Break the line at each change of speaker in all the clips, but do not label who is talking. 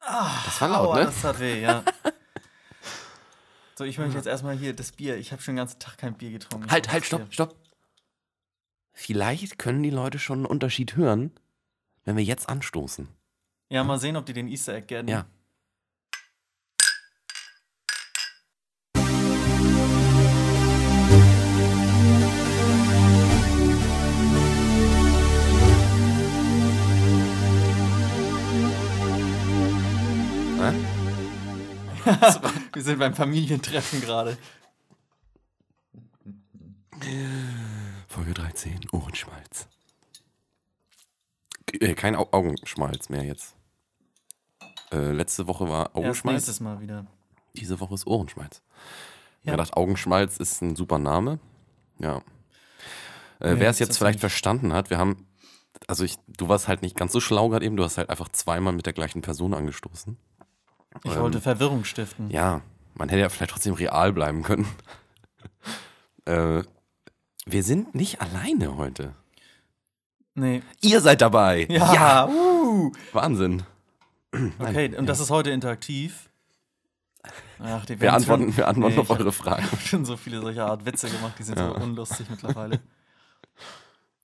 Ach, das war laut, aua, ne?
Das hat weh, ja. so, ich möchte jetzt erstmal hier das Bier. Ich habe schon den ganzen Tag kein Bier getrunken.
Halt, halt, stopp, stopp. Vielleicht können die Leute schon einen Unterschied hören, wenn wir jetzt anstoßen.
Ja, mal sehen, ob die den Easter Egg werden.
Ja.
Wir sind beim Familientreffen gerade.
Folge 13, Ohrenschmalz. K- äh, Kein Au Augenschmalz mehr jetzt. Äh, letzte Woche war
Erst
Augenschmalz,
nächstes Mal wieder.
diese Woche ist Ohrenschmalz. Ich
Ja.
habe gedacht, Augenschmalz ist ein super Name. Ja. Äh,
Nee,
Wer es
ist
jetzt
das
vielleicht
nicht.
verstanden hat, wir haben, also ich, du warst halt nicht ganz so schlau gerade eben, du hast halt einfach zweimal mit der gleichen Person angestoßen.
Ich
Ähm,
wollte Verwirrung stiften.
Ja, man hätte ja vielleicht trotzdem real bleiben können. äh, wir sind nicht alleine heute.
Nee.
Ihr seid dabei.
Ja,
Ja,
Uh.
Wahnsinn.
Okay, und das ist heute interaktiv. Ach, die
Wir
werden
antworten,
schon-
wir antworten
Nee,
auf eure Fragen.
Ich habe schon so viele solcher Art Witze gemacht, die sind
Ja.
so unlustig mittlerweile.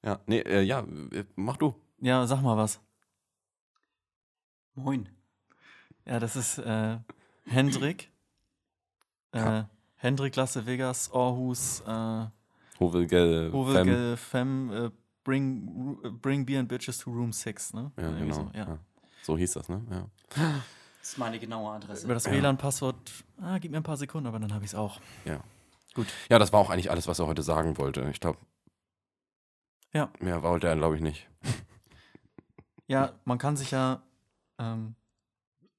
Ja, nee, äh, ja, äh, mach du.
Ja, sag mal was.
Moin.
Ja, das ist äh, Hendrik. Äh, Hendrik Lasse Vegas, Aarhus, äh,
Hovelge, Fem.
Hovelge, Fem, äh, bring, Ru- bring Beer and Bitches to Room 6, ne?
Ja,
Irgendwie
genau.
So, ja.
ja. so hieß das, ne? Ja.
Das ist meine genaue Adresse.
Über das WLAN-Passwort, ah, gib mir ein paar Sekunden, aber dann habe ich es auch.
ja, das war auch eigentlich alles, was er heute sagen wollte. Ich glaube.
Ja.
Mehr wollte er, glaube ich, nicht.
Ja, man kann sich ja, ähm,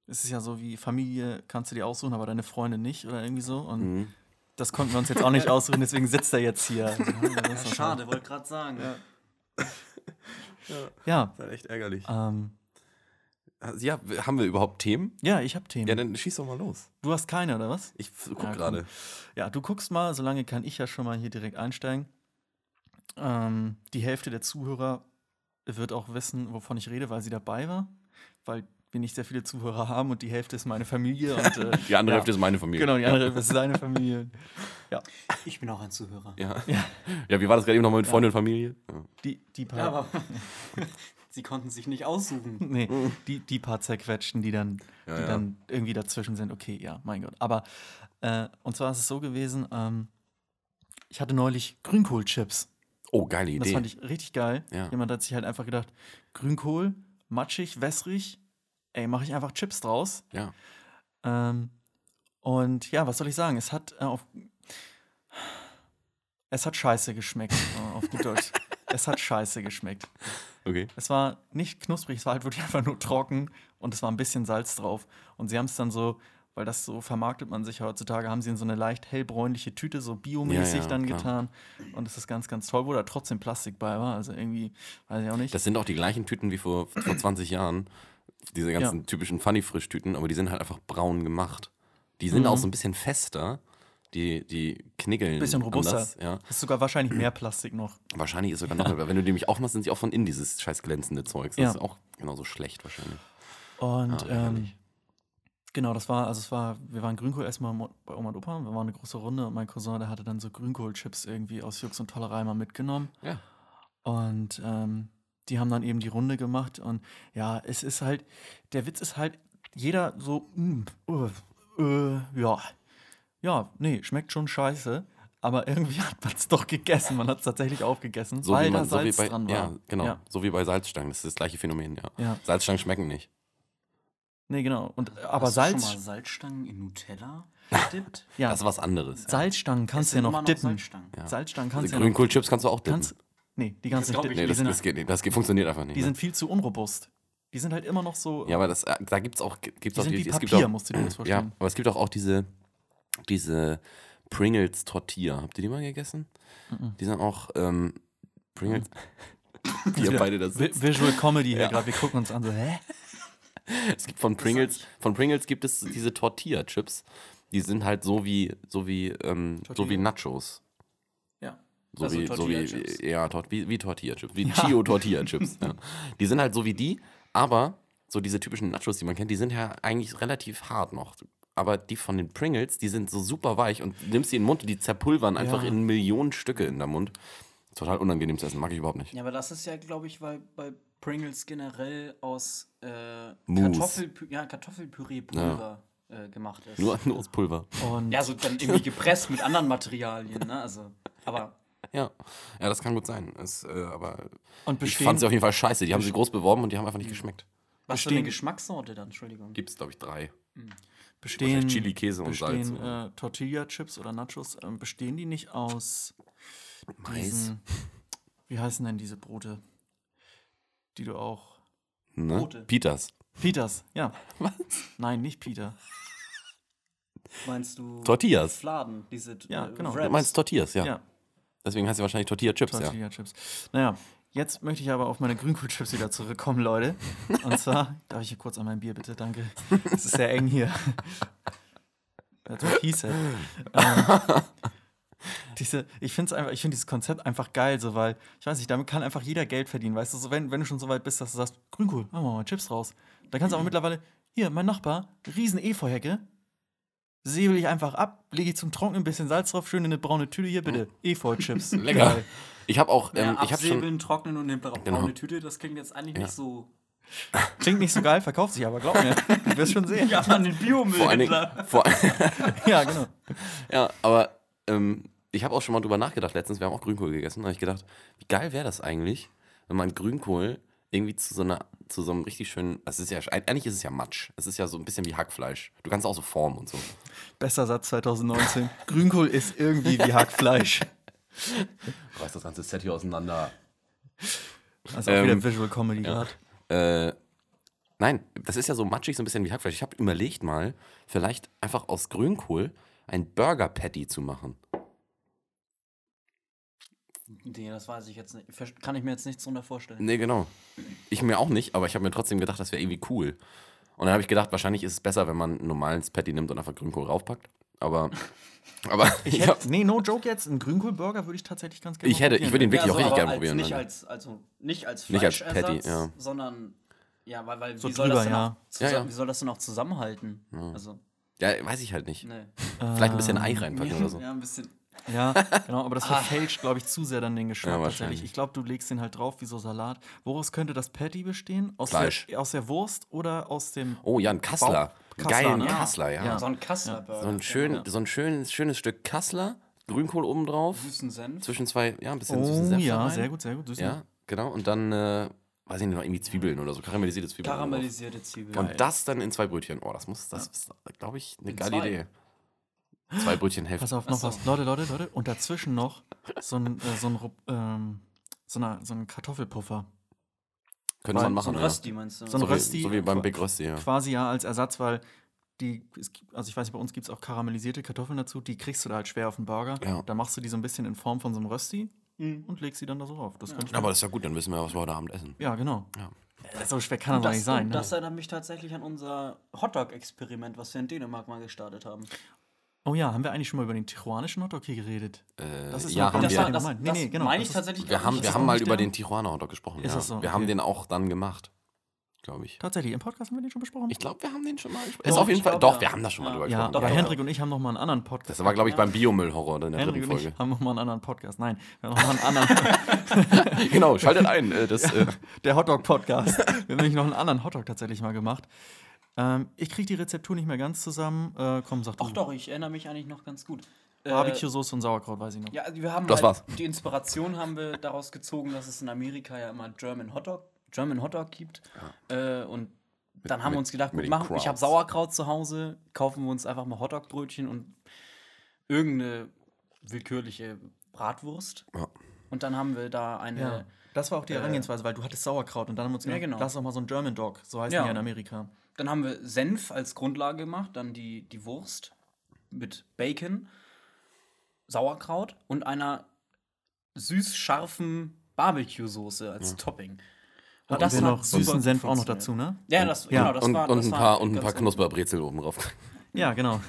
es ist ja so wie Familie kannst du dir aussuchen, aber deine Freunde nicht oder irgendwie so. Und
Mhm.
das konnten wir uns jetzt auch nicht aussuchen, deswegen sitzt er jetzt hier. Ja, das
ja,
ist-
schade, wollte gerade sagen.
Ja,
Das ist halt echt ärgerlich.
ähm,
Ah, Ja, haben wir überhaupt Themen?
ja, ich habe Themen.
Ja, dann schieß doch mal los.
du hast keine, oder was?
Ich f- guck
Mhm. Ja, komm.
gerade.
Ja, du guckst mal, solange kann ich ja schon mal hier direkt einsteigen. Ähm, die Hälfte der Zuhörer wird auch wissen, wovon ich rede, weil sie dabei war, weil wir nicht sehr viele Zuhörer haben und die Hälfte ist meine Familie und äh,
Die andere
ja,
Hälfte ist meine Familie.
Genau, die andere Hälfte ist seine Familie.
Ich bin auch ein Zuhörer.
Ja. Ja. ja, wie war das gerade eben nochmal mit Freunde und Familie? Ja.
Die, die paar,
Ja, aber sie konnten sich nicht aussuchen.
nee, die, die paar zerquetschten, die dann,
Ja,
die
ja.
dann irgendwie dazwischen sind. Okay, ja, mein Gott. Aber äh, und zwar ist es so gewesen, ähm, ich hatte neulich Grünkohlchips.
Oh, geile Idee.
Das fand ich richtig geil.
Ja.
Jemand hat sich halt einfach gedacht, Grünkohl, matschig, wässrig, ey, mache ich einfach Chips draus.
ja.
Ähm, und ja, was soll ich sagen? Es hat äh, auf es hat scheiße geschmeckt, äh, auf gut Deutsch. Es hat scheiße geschmeckt.
Okay.
Es war nicht knusprig, es war halt wirklich einfach nur trocken und es war ein bisschen Salz drauf. Und sie haben es dann so, weil das so vermarktet man sich heutzutage, haben sie in so eine leicht hellbräunliche Tüte, so biomäßig
Ja, ja,
dann
klar.
getan. Und es ist ganz, ganz toll, wo da trotzdem Plastik bei war. Also irgendwie, weiß ich auch nicht.
Das sind auch die gleichen Tüten wie vor, vor 20 Jahren. Diese ganzen typischen Funny-Frisch-Tüten, aber die sind halt einfach braun gemacht. Die sind
Mhm.
auch so ein bisschen fester. Die, die knickeln.
Bisschen robuster.
anders, Ja.
ist sogar wahrscheinlich mehr Plastik noch.
Wahrscheinlich ist sogar noch. Aber wenn du die nämlich aufmachst, sind sie auch von innen dieses scheiß glänzende Zeugs. Das
Ja.
ist auch genauso schlecht wahrscheinlich.
Und
Ah,
ähm,
herrlich.
genau, das war, also es war, wir waren Grünkohl erstmal mo- bei Oma und Opa, wir waren eine große Runde und mein Cousin, der hatte dann so Grünkohlchips irgendwie aus Jux und Tollerei mal mitgenommen.
Ja.
Und ähm, die haben dann eben die Runde gemacht und ja, es ist halt, der Witz ist halt, jeder so, mm, uh, äh, ja, ja, nee, schmeckt schon scheiße. Aber irgendwie hat man es doch gegessen. Man hat es tatsächlich aufgegessen,
So
weil
wie, man,
da
so wie
Salz
bei,
dran war.
ja, genau.
Ja,
So wie bei Salzstangen. Das ist das gleiche Phänomen, ja.
ja.
Salzstangen schmecken nicht.
Nee, genau. Und, aber
Hast Du
Salz,
schon mal Salzstangen in Nutella gedippt?
ja,
Das ist was anderes.
Salzstangen
Es
kannst du
sind
ja
immer
noch dippen.
Salzstangen.
Also, Ja.
Salzstangen kannst
Also
du ja noch.
Grünkohlchips kannst du auch dippen.
Kannst, nee, die kannst du
Das
nicht
glaub ich
dippen.
Nee,
die
das,
sind,
das geht nicht. Das geht, funktioniert einfach nicht.
die
ne?
sind viel zu unrobust. Die sind halt immer noch so.
ja, aber das, äh, da gibt's auch, gibt's
die
auch
sind wie
es gibt
Papier,
auch,
musst du dir das
ja,
vorstellen.
aber es gibt auch, auch diese, diese Pringles Tortilla. Habt ihr die mal gegessen?
Mhm.
Die sind auch ähm, Pringles. Wir
wieder-
beide das.
Vi- Visual Comedy hier
Ja.
gerade. Wir gucken uns an so, hä?
Es gibt von Pringles, von Pringles gibt es diese Tortilla Chips. Die sind halt so wie so wie ähm, so
Tortilla.
wie Nachos.
Ja.
So
Also
wie, so wie,
Tortilla-Chips.
ja, Tort, wie, wie Tortilla-Chips, wie Chio-Tortilla-Chips. ja. Die sind halt so wie die, aber so diese typischen Nachos, die man kennt, die sind ja eigentlich relativ hart noch. Aber die von den Pringles, die sind so super weich und du nimmst die in den Mund, die zerpulvern einfach
Ja.
in Millionen Stücke in der Mund. Total unangenehm zu essen, mag ich überhaupt nicht.
Ja, aber das ist ja, glaube ich, weil bei Pringles generell aus äh,
Mousse.
Kartoffelpü ja, Kartoffelpüree-Pulver äh, gemacht ist.
Nur, nur aus Pulver.
Und
ja, so dann irgendwie gepresst mit anderen Materialien, ne? Also, aber
Ja. ja, das kann gut sein. Es, äh, aber
Und
ich
bestehen,
fand sie auf jeden Fall scheiße. Die haben sie groß beworben und die haben einfach nicht geschmeckt.
was für eine
Bestehen-
Geschmackssorte dann? Entschuldigung.
Gibt es, glaube ich, drei.
bestehen
vielleicht Chili, Käse und Salz,
bestehen,
oder?
Äh, Tortilla-Chips oder Mais, ähm, bestehen die nicht aus diesen, wie heißen denn diese Brote, die du auch...
Ne?
Brote.
Peters.
Peters, ja.
Was?
Nein, nicht Peter.
Meinst du
Tortillas.
Fladen, diese äh,
Ja, genau.
Du meinst Tortillas, ja.
Ja,
Deswegen heißt sie wahrscheinlich Tortilla Chips, ja.
Tortilla-Chips. Naja, jetzt möchte ich aber auf meine Grünkohlchips wieder zurückkommen, Leute. Und zwar, darf ich hier kurz an mein Bier, bitte? Danke. Es ist sehr eng hier. That's what he said. Ähm, diese, ich finde einfach, ich finde dieses Konzept einfach geil, so weil, ich weiß nicht, damit kann einfach jeder Geld verdienen. Weißt du, so wenn, wenn du schon so weit bist, dass du sagst, Grünkohl, machen wir mal Chips raus. Dann kannst du aber mittlerweile, hier, mein Nachbar, riesen Efeuhecke, säbel ich einfach ab, lege ich zum Trocknen ein bisschen Salz drauf, schön in eine braune Tüte hier, bitte. Efeu-Chips.
Hm. Lecker. Ich habe auch, ähm,
Ja,
ich habe schon,
absäbeln, trocknen und in bra
Genau.
braune Tüte, das klingt jetzt eigentlich nicht so.
Klingt nicht so geil, verkauft sich aber, glaub mir. Du wirst schon sehen.
Ja, an den
vor allen
Biomüllhändler.
Dingen, vor,
Ja, genau.
Ja, aber ähm, ich habe auch schon mal drüber nachgedacht letztens. Wir haben auch Grünkohl gegessen. Da habe ich gedacht, wie geil wäre das eigentlich, wenn man Grünkohl irgendwie zu so, einer, zu so einem richtig schönen. Es ist ja, eigentlich ist es ja Matsch. Es ist ja so ein bisschen wie Hackfleisch. Du kannst auch so formen und so.
Bester Satz 2019. Grünkohl ist irgendwie wie Hackfleisch.
Reiß das ganze Set hier auseinander.
Also auch
Ähm,
wieder Visual Comedy gerade.
Äh, nein, das ist ja so matschig, so ein bisschen wie Hackfleisch. Ich habe überlegt mal, vielleicht einfach aus Grünkohl ein Burger Patty zu machen.
Nee, das weiß ich jetzt nicht. Verst- Kann ich mir jetzt nichts drunter vorstellen.
Nee, genau. Ich mir auch nicht, aber ich habe mir trotzdem gedacht, das wäre irgendwie cool. Und dann habe ich gedacht, wahrscheinlich ist es besser, wenn man einen normalen Patty nimmt und einfach Grünkohl raufpackt. Aber, aber
Ich hätte, nee, no joke jetzt, einen Grünkohlburger würde ich tatsächlich ganz gerne
Ich hätte- ich würde ihn
wirklich.
Wirklich auch richtig
aber
gerne
als,
probieren,
Nicht
ne?
als, also nicht als
Nicht als
Fleischersatz,
Patty, ja.
sondern ja, weil, weil
So
wie, soll
drüber,
das denn
ja.
auch zusammen,
Ja, ja.
wie soll das denn auch zusammenhalten? Also,
ja, weiß ich halt nicht.
ne.
Vielleicht ein bisschen Ei reinpacken oder so.
Ja, ein bisschen.
Ja, genau, aber das
Ah.
verfälscht, glaube ich, zu sehr dann den Geschmack
Ja, wahrscheinlich.
tatsächlich. Ich glaube, du legst den halt drauf wie so Salat. Woraus könnte das Patty bestehen? Aus,
Fleisch.
Der, aus der Wurst oder aus dem.
Oh ja, ein Kassler.
Bauch-
Geilen
Kassler, ne?
Kassler, ja.
Ja.
So ein genau. Kassler-Burger.
So ein, schön, so ein schönes, schönes Stück Kassler, Grünkohl oben drauf,
Süßen Senf.
zwischen zwei, ja, ein bisschen süßen
Oh
Senf da
ja,
rein.
sehr gut, sehr gut. Süß, ne?
Ja, genau. Und dann, äh, weiß ich nicht, noch irgendwie Zwiebeln oder so, karamellisierte Zwiebeln. oben drauf.
Karamellisierte Zwiebeln.
Und das dann in zwei Brötchen. Oh, das muss, das ist, glaube ich, eine geile
zwei.
Idee. Zwei Brötchen helfen.
Pass auf, noch
Ach so.
was. Leute, Leute, Leute. Und dazwischen noch so ein, äh, so ein, Rup- ähm, so eine, so ein Kartoffelpuffer.
Könnte man machen,
so ein
ja.
Rösti meinst du?
So ein
So wie,
Rösti.
so wie beim Big Rösti, ja.
Quasi ja als Ersatz, weil die, es gibt, also ich weiß nicht, bei uns gibt es auch karamellisierte Kartoffeln dazu, die kriegst du da halt schwer auf den Burger.
Ja.
Da machst du die so ein bisschen in Form von so einem Rösti
Mhm.
und legst sie dann da so drauf. Das ja.
Aber das ist ja gut, dann wissen wir, was wir heute Abend essen.
ja, genau.
Ja.
Äh, So schwer kann das doch
das,
nicht sein. Ne?
das erinnert mich tatsächlich an unser Hotdog-Experiment, was wir in Dänemark mal gestartet haben.
Oh ja, haben wir eigentlich schon mal über den tijuanischen Hotdog hier geredet?
Äh,
Das ist
ja,
noch-
haben
das
wir.
war- das- gemeint. Nee, nee, genau,
meine
das
ich
ist-
tatsächlich
wir
gar
haben,
nicht.
wir
ist
haben
auch
mal
nicht
über
der-
den Tijuana Hotdog gesprochen.
Ist
ja.
das so?
Wir haben
Okay.
den auch dann gemacht, glaube ich.
Tatsächlich, im Podcast haben wir den schon besprochen.
Ich glaube, wir haben den schon mal gesprochen.
Doch,
Ist auf jeden
ich
Fall.
glaub,
Doch,
ja.
wir haben da schon mal
Ja.
drüber
ja,
gesprochen.
aber
doch,
Henrik und ich haben noch mal einen anderen Podcast.
Das war, glaube ich, beim Biomüll-Horror in der
Henrik
dritten
und
Folge.
ich haben noch mal einen anderen Podcast. Nein, wir haben noch mal einen anderen.
genau, schaltet ein. Äh, das, äh,
der Hotdog-Podcast. Wir haben nämlich noch einen anderen Hotdog tatsächlich mal gemacht. Ähm, ich kriege die Rezeptur nicht mehr ganz zusammen. Äh, komm, sag du.
Ach doch, ich erinnere mich eigentlich noch ganz gut. Äh,
Barbecue-Soße und Sauerkraut, weiß ich noch.
Ja, also wir haben
Das
halt,
war's.
die Inspiration haben wir daraus gezogen, dass es in Amerika ja immer German Hotdog, German Hotdog gibt. Äh, und dann haben
mit-
wir uns gedacht,
mit
gut,
den
machen, ich habe
Crowds.
Sauerkraut zu Hause, kaufen wir uns einfach mal Hotdogbrötchen und irgendeine willkürliche Bratwurst.
Ja.
Und dann haben wir da eine
Ja. Das war auch die Herangehensweise, weil du hattest Sauerkraut und dann haben wir uns gedacht,
äh, genau.
lass doch mal so einen German Dog, so heißen
Ja.
die ja in Amerika.
Dann haben wir Senf als Grundlage gemacht, dann die, die Wurst mit Bacon, Sauerkraut und einer süß-scharfen Barbecue-Soße als Topping.
Hatten wir
Und hat
noch
super
süßen Senf auch noch
funktioniert.
dazu, ne?
Ja, das,
Ja,
genau, das
und,
war
und
das
ein
war
paar, und ein
ganz
paar
gut.
Knusperbrezel oben drauf.
Ja, genau.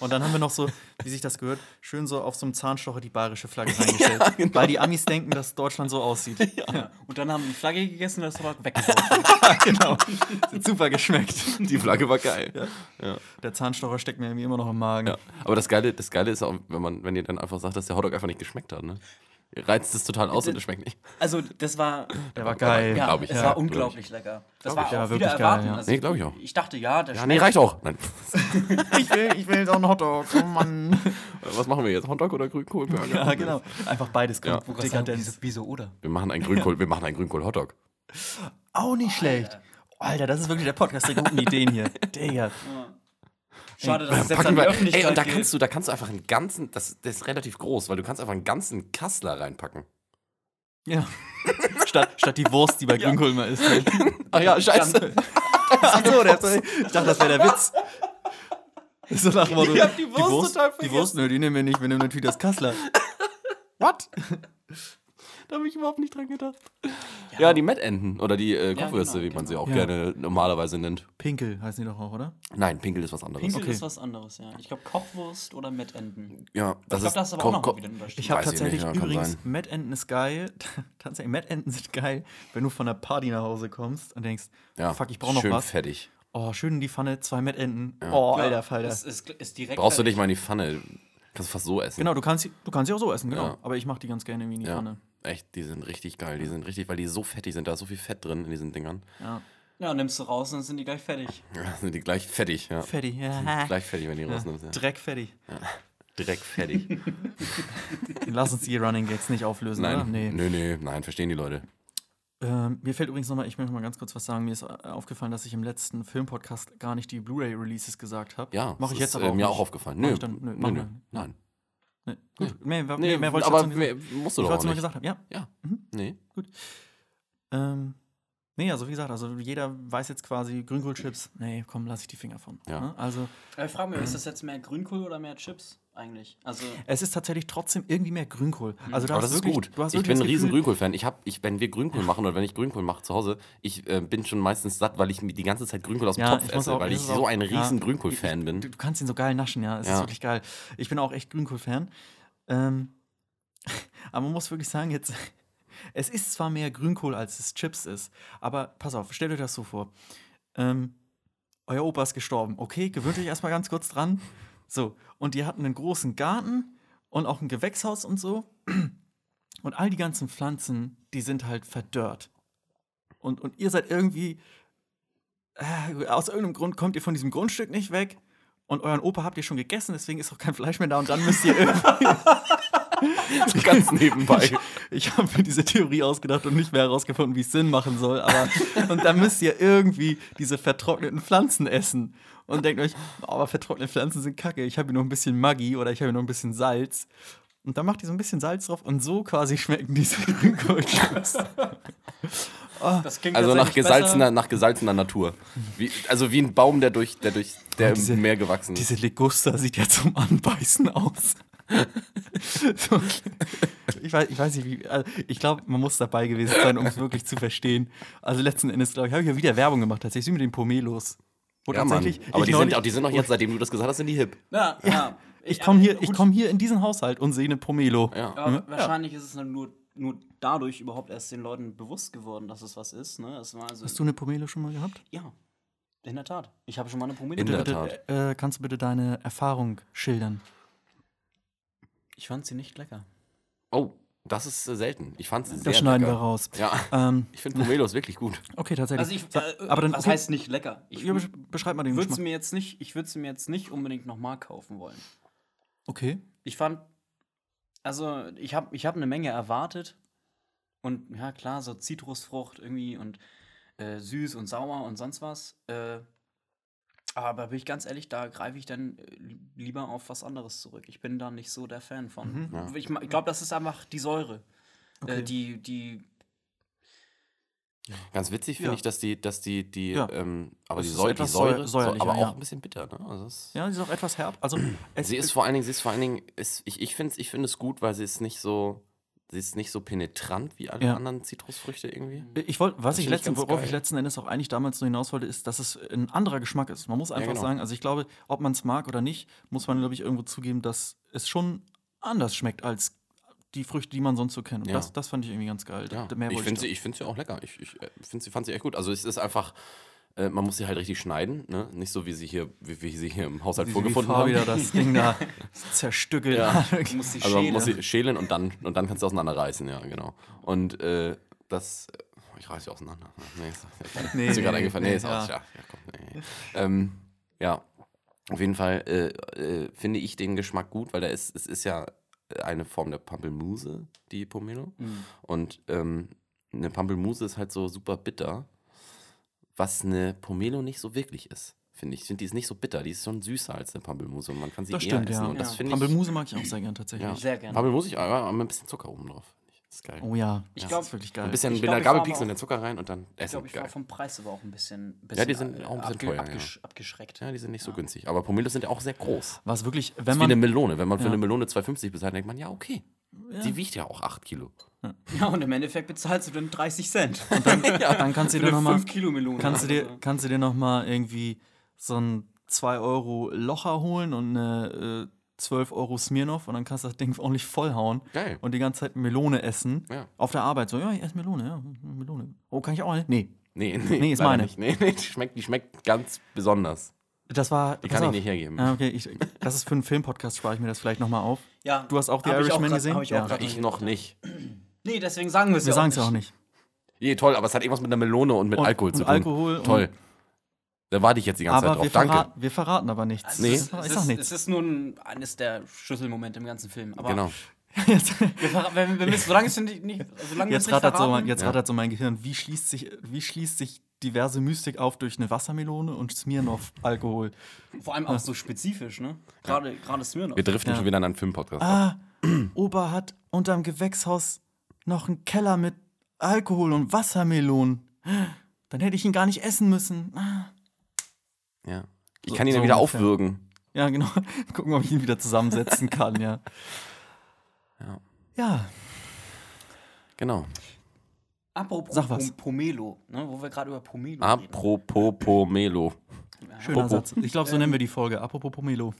Und dann haben wir noch so, wie sich das gehört, schön so auf so einem Zahnstocher die bayerische Flagge reingestellt.
genau.
Weil die Amis denken, dass Deutschland so aussieht.
Ja. Und dann haben wir die Flagge gegessen und das Restaurant weggeworfen.
genau. Super geschmeckt.
Die Flagge war geil. Ja.
Der Zahnstocher steckt mir irgendwie immer noch im Magen.
Aber das Geile, das Geile ist auch, wenn man, wenn ihr dann einfach sagt, dass der Hotdog einfach nicht geschmeckt hat, ne? Ihr Reizt es total aus und es schmeckt nicht.
Also, das war,
Der war geil.
ja,
Glaub ich.
es
Ja,
war
glaub
unglaublich lecker. Das
Glaub
war
ich,
auch
ja,
wieder
wirklich geil,
erwarten.
ja.
Also,
Nee, glaub ich auch.
Ich dachte, ja, der
Ja, Ah, nee, reicht auch. Nein.
Ich will, ich will so einen Hotdog. Oh Mann.
Was machen wir jetzt? Hotdog oder Grünkohlburger?
Ja, genau. Einfach beides. Ja. Dekadenz.
Wieso oder?
Wir machen einen Grünkohl, wir machen einen Grünkohl-Hotdog.
Auch
Ah,
nicht schlecht. Alter, das ist wirklich der Podcast der guten Ideen hier. Digga.
Schade, dass es jetzt an
Packen
die
wir,
Öffentlichkeit
ey, und da
geht.
kannst du, da kannst du einfach einen ganzen, das, das ist relativ groß, weil du kannst einfach einen ganzen Kassler reinpacken.
Ja. Statt, statt die Wurst, die bei Grünkohl immer ist. ne? Ah
Ach
Ah,
ja, scheiße.
Dann-
Ach so, der, ich dachte, das wäre der Witz. So nach dem Motto,
Ich hab die Wurst total
Die
vergessen.
Wurst, nö, die nehmen wir nicht, wir nehmen natürlich das Kassler. What?
Da habe ich überhaupt nicht dran gedacht. Ja, die Mettenten oder die äh, Kochwürste,
genau,
wie man sie
genau.
auch
Ja.
gerne normalerweise nennt.
Pinkel heißen die doch auch, oder?
Nein, Pinkel ist was anderes.
Pinkel
Okay.
ist was anderes, ja. Ich glaube, Kochwurst oder Mettenden.
Ja, das
Ich glaube,
ist
das ist aber
Ko-
auch noch
Ko-
mal wieder ein Unterschied.
Ich habe
Weiß ich
tatsächlich
nicht, ja, kann
übrigens,
sein.
Mettenten ist geil. tatsächlich, Mettenten sind geil, wenn du von der Party nach Hause kommst und denkst,
ja,
fuck, ich brauche noch
schön
was.
fettig.
Oh, schön in die Pfanne, zwei Mettenten. Oh,
Ja,
alter Falter.
Es ist, ist direkt
Brauchst du nicht mal in die Pfanne. Kannst du fast so essen.
Genau, du kannst, sie- du kannst sie auch so essen, genau.
Ja.
Aber ich mache die ganz gerne irgendwie in die
Ja,
Pfanne.
echt, die sind richtig geil. Die sind richtig, weil die so fettig sind. Da ist so viel Fett drin in diesen Dingern.
Ja.
Ja, nimmst du raus und dann sind die gleich fertig.
Ja, sind die gleich fettig, ja.
Fertig. Ja.
Gleich fertig, wenn die
Ja.
rausnimmst. Ja.
Dreck fertig.
Direkt fertig.
Lass uns die Running Gags nicht auflösen, oder?
Nein, nee. nö, nö, nein, verstehen die Leute.
Ähm, mir fällt übrigens nochmal, ich möchte mal ganz kurz was sagen. Mir ist äh, aufgefallen, dass ich im letzten Filmpodcast gar nicht die Blu-ray-Releases gesagt habe.
Ja,
mache ich
das
jetzt
ist,
aber
äh,
auch.
mir
nicht.
auch aufgefallen.
Mach
Nö,
ich dann- nö,
nö,
mach
nö,
mal.
nein.
Nee, gut, mehr, mehr,
Nee,
mehr wollte ich
aber
dazu nicht
mehr
sagen.
musst du
Ich wollte
doch auch
es nur
nicht.
gesagt haben. Ja,
Ja,
Mhm.
nee.
Ähm, nee, also wie gesagt, also jeder weiß jetzt quasi Grünkohlchips. Nee, komm, lass ich die Finger von.
Ja.
Ne? Also
Äh, frag mich, ist das jetzt mehr Grünkohl oder mehr Chips eigentlich? Also,
es ist tatsächlich trotzdem irgendwie mehr Grünkohl. Also du
Mhm. Aber
hast
das ist
wirklich,
gut.
Du hast
Ich
wirklich
bin ein
das
riesen
Gefühl-
Grünkohl-Fan. Ich hab, ich, wenn wir Grünkohl machen oder wenn ich Grünkohl mache zu Hause, ich äh, bin schon meistens satt, weil ich mir die ganze Zeit Grünkohl aus dem
Ja,
Topf
ich muss
esse,
auch-
weil
ich
ich
muss auch-
so ein riesen
ja.
Grünkohl-Fan
Du,
bin.
du kannst ihn so geil naschen, ja. Es ist
Ja.
wirklich geil. Ich bin auch echt Grünkohl-Fan. Ähm, aber man muss wirklich sagen, jetzt, es ist zwar mehr Grünkohl, als es Chips ist, aber pass auf, stellt euch das so vor. Ähm, euer Opa ist gestorben. Okay, gewöhnt euch erstmal ganz kurz dran. So, und die hatten einen großen Garten und auch ein Gewächshaus und so. Und all die ganzen Pflanzen, die sind halt verdörrt. Und, und ihr seid irgendwie, äh, aus irgendeinem Grund kommt ihr von diesem Grundstück nicht weg und euren Opa habt ihr schon gegessen, deswegen ist auch kein Fleisch mehr da und dann müsst ihr irgendwie.
Ganz nebenbei.
Ich habe mir diese Theorie ausgedacht und nicht mehr herausgefunden, wie es Sinn machen soll, aber. Und dann müsst ihr irgendwie diese vertrockneten Pflanzen essen. Und denkt euch, oh, aber vertrocknete Pflanzen sind kacke. Ich habe hier noch ein bisschen Maggi oder ich habe hier noch ein bisschen Salz. Und dann macht ihr so ein bisschen Salz drauf und so quasi schmecken diese Grünkohlchips.
das klingt
Also nach
tatsächlich
gesalzener, nach gesalzener Natur. Wie, also wie ein Baum, der durch, der durch der
diese-
im Meer gewachsen ist.
Diese Legusta sieht ja zum Anbeißen aus. so. ich, weiß, ich weiß nicht, wie. Also ich glaube, man muss dabei gewesen sein, um es wirklich zu verstehen. Also letzten Endes, glaube ich, habe ich ja wieder Werbung gemacht, tatsächlich mit den Pomelos. Wo
Ja, Mann. Aber
ich
die sind,
neulich-
auch, die sind auch jetzt, seitdem du das gesagt hast, sind die hip.
besser. Ja, ja.
Ich komme hier,
aber
ich
gut,
komm Hm? hier in diesen Haushalt und sehe eine Pomelo.
Ja.
aber wahrscheinlich ist es dann nur, nur dadurch überhaupt erst den Leuten bewusst geworden, dass es was ist. Ne? Es war also,
Hast du eine Pomelo schon mal gehabt?
ja, in der Tat. Ich habe schon mal eine
In
Promille.
der
Bitte,
Tat.
Äh, kannst du bitte deine Erfahrung schildern?
Ich fand sie nicht lecker.
Oh, das ist äh, selten. Ich fand sie sehr
Das schneiden wir
lecker.
raus.
Ja,
Ähm,
ich finde Pomelos wirklich gut.
okay, tatsächlich.
Also ich,
Sa-
äh,
aber dann,
was
okay,
heißt nicht lecker? Ich
ja, besch- beschreib mal den
würde sie
Geschmack.
mir jetzt nicht, ich würde sie mir jetzt nicht unbedingt nochmal kaufen wollen.
Okay.
Ich fand, also ich habe ich hab eine Menge erwartet. Und ja, klar, so Zitrusfrucht irgendwie und äh, süß und sauer und sonst was. Äh, aber bin ich ganz ehrlich, da greife ich dann äh, lieber auf was anderes zurück. Ich bin da nicht so der Fan von.
Mhm.
Ja.
Ich, ma- ich glaube, das ist einfach die Säure.
Okay.
Äh, die, die,
Ganz witzig finde
Ja.
ich, dass die, dass die, die,
Ja.
ähm, aber
Es
die
ist
Säure, die
etwas
Säure,
säu-
Säure
säuerlicher,
aber auch
ja.
ein bisschen bitter, ne? Also es,
Ja, sie ist auch etwas herb. Also es
Sie ist vor allen Dingen, sie ist vor allen Dingen, ist, ich, ich finde ich find es gut, weil sie ist nicht so, Sie ist nicht so penetrant wie alle
Ja.
anderen Zitrusfrüchte irgendwie.
Ich wollte, was
Das
ich
finde ich
letzten,
ganz
worauf
geil.
ich letzten Endes auch eigentlich damals nur hinaus wollte, ist, dass es ein anderer Geschmack ist. Man muss einfach
genau.
sagen, also ich glaube, ob man es mag oder nicht, muss man, glaube ich, irgendwo zugeben, dass es schon anders schmeckt als die Früchte, die man sonst so kennt. Und
Ja.
das, das fand ich irgendwie ganz geil.
Ja,
Mehr
ich
wollte
finde
da-
sie, ich find sie auch lecker. Ich, ich äh, find sie, fand sie echt gut. Also es ist einfach, äh, man muss sie halt richtig schneiden, ne? Nicht so, wie sie hier, wie wir sie hier im Haushalt
wie,
vorgefunden
wie Fabi
haben.
da das Ding da zerstückelt.
Ja.
Du musst die
also man
Schäle.
muss sie schälen und dann, und dann kannst du auseinanderreißen, ja, genau. Und äh, das, äh, ich reiße sie auseinander. Nee, ist,
Nee,
ist mir gerade
nee,
eingefallen. Nee,
nee,
ist aus.
ja.
Ja, ja, komm, nee. ähm, ja, auf jeden Fall äh, äh, finde ich den Geschmack gut, weil da ist, es ist ja eine Form der Pampelmuse, die Pomelo.
Mhm.
Und ähm, eine Pampelmuse ist halt so super bitter, was eine Pomelo nicht so wirklich ist, finde ich. Ich finde, die ist nicht so bitter, die ist schon süßer als eine Pampelmuse und man kann sie
Das
eher
stimmt,
essen.
ja.
Und das
Ja.
finde ich.
Pampelmuse mag ich auch sehr gern tatsächlich.
Ja.
Sehr gerne.
Pampelmuse ich aber mit ein bisschen Zucker oben drauf. finde ich. Das ist geil.
Oh ja,
Ich
das
glaub-
ist wirklich
ein
geil.
bisschen
Ich
Billa
glaub, ich war
Gabelkeks
aber
und den Zucker rein und dann
Ich
essen.
glaube, ich war
geil.
vom Preis aber auch ein bisschen, bisschen
Ja, die sind auch ein bisschen teuer, ja.
abgeschreckt.
Ja, die sind nicht so günstig. Aber Pomelos sind ja auch sehr groß.
Was wirklich,
Das
wenn
ist wie eine
man.
Melone. Wenn man für
Ja.
eine Melone 2,50 bezahlt, denkt man, ja, okay.
Ja.
Die wiegt ja auch 8 Kilo.
Ja, und im Endeffekt bezahlst du dann 30 Cent. Und
Dann kannst du dir nochmal
5 Kilo Melone.
Kannst du dir,
Also,
kannst du dir nochmal irgendwie so ein 2 Euro Locher holen und eine äh, 12 Euro Smirnoff und dann kannst du das Ding ordentlich vollhauen
Geil.
und die ganze Zeit Melone essen.
Ja.
Auf der Arbeit so, ja, ich esse Melone, ja, hm, Melone. Oh, kann ich auch nicht? Nee.
Nee, nee,
Nee, ist
leider
meine.
Nicht. Nee, nee, die schmeckt, die schmeckt ganz besonders.
Das war.
Die kann ich nicht hergeben.
Ah, okay, ich, das ist für einen Filmpodcast, spare ich mir das vielleicht nochmal auf.
ja,
Du hast auch The
hab ich
Irishman
grad-
gesehen?
hab Ich, auch
Ja.
grad
Ich
gesehen.
noch nicht.
Nee, deswegen sagen wir es
Wir
ja
sagen es ja auch nicht.
Je, toll, aber es hat irgendwas mit einer Melone und mit
Und-
Alkohol
und
zu tun.
Alkohol und-
toll. Da warte ich jetzt die ganze
Aber wir,
Zeit drauf. Danke.
verraten- wir verraten aber nichts.
Also,
Nee.
Ich
es, ist-
sag-
es,
ich sag
ist, es
nichts.
ist nun eines der Schlüsselmomente im ganzen Film. Aber
Genau.
wir, verra- wir, wir müssen, solange es nicht, nicht solange wir es
Jetzt
nicht
rattert, so mein,
verraten,
jetzt
Ja.
rattert so mein Gehirn. Wie schließt, sich, wie schließt sich diverse Mystik auf durch eine Wassermelone und Smirnoff-Alkohol?
vor allem auch so spezifisch, ne? Gerade gerade Smirnoff.
Wir driften
Ja.
schon wieder in einen Filmpodcast. ab.
Ah, Opa hat unterm Gewächshaus noch einen Keller mit Alkohol und Wassermelonen. Dann hätte ich ihn gar nicht essen müssen. Ah.
Ja. Ich
So-
kann ihn ja
so
wieder
ungefähr.
aufwürgen.
Ja, genau. Gucken, ob ich ihn wieder zusammensetzen kann, ja.
Ja.
Ja,
Genau.
Apropos
Sag was.
Pom- Pomelo, ne? Wo wir gerade über Pomelo
Ah,
reden.
Apropos Pomelo.
schöner
Popo.
Satz. Ich glaube, so nennen wir die Folge. Apropos Pomelo.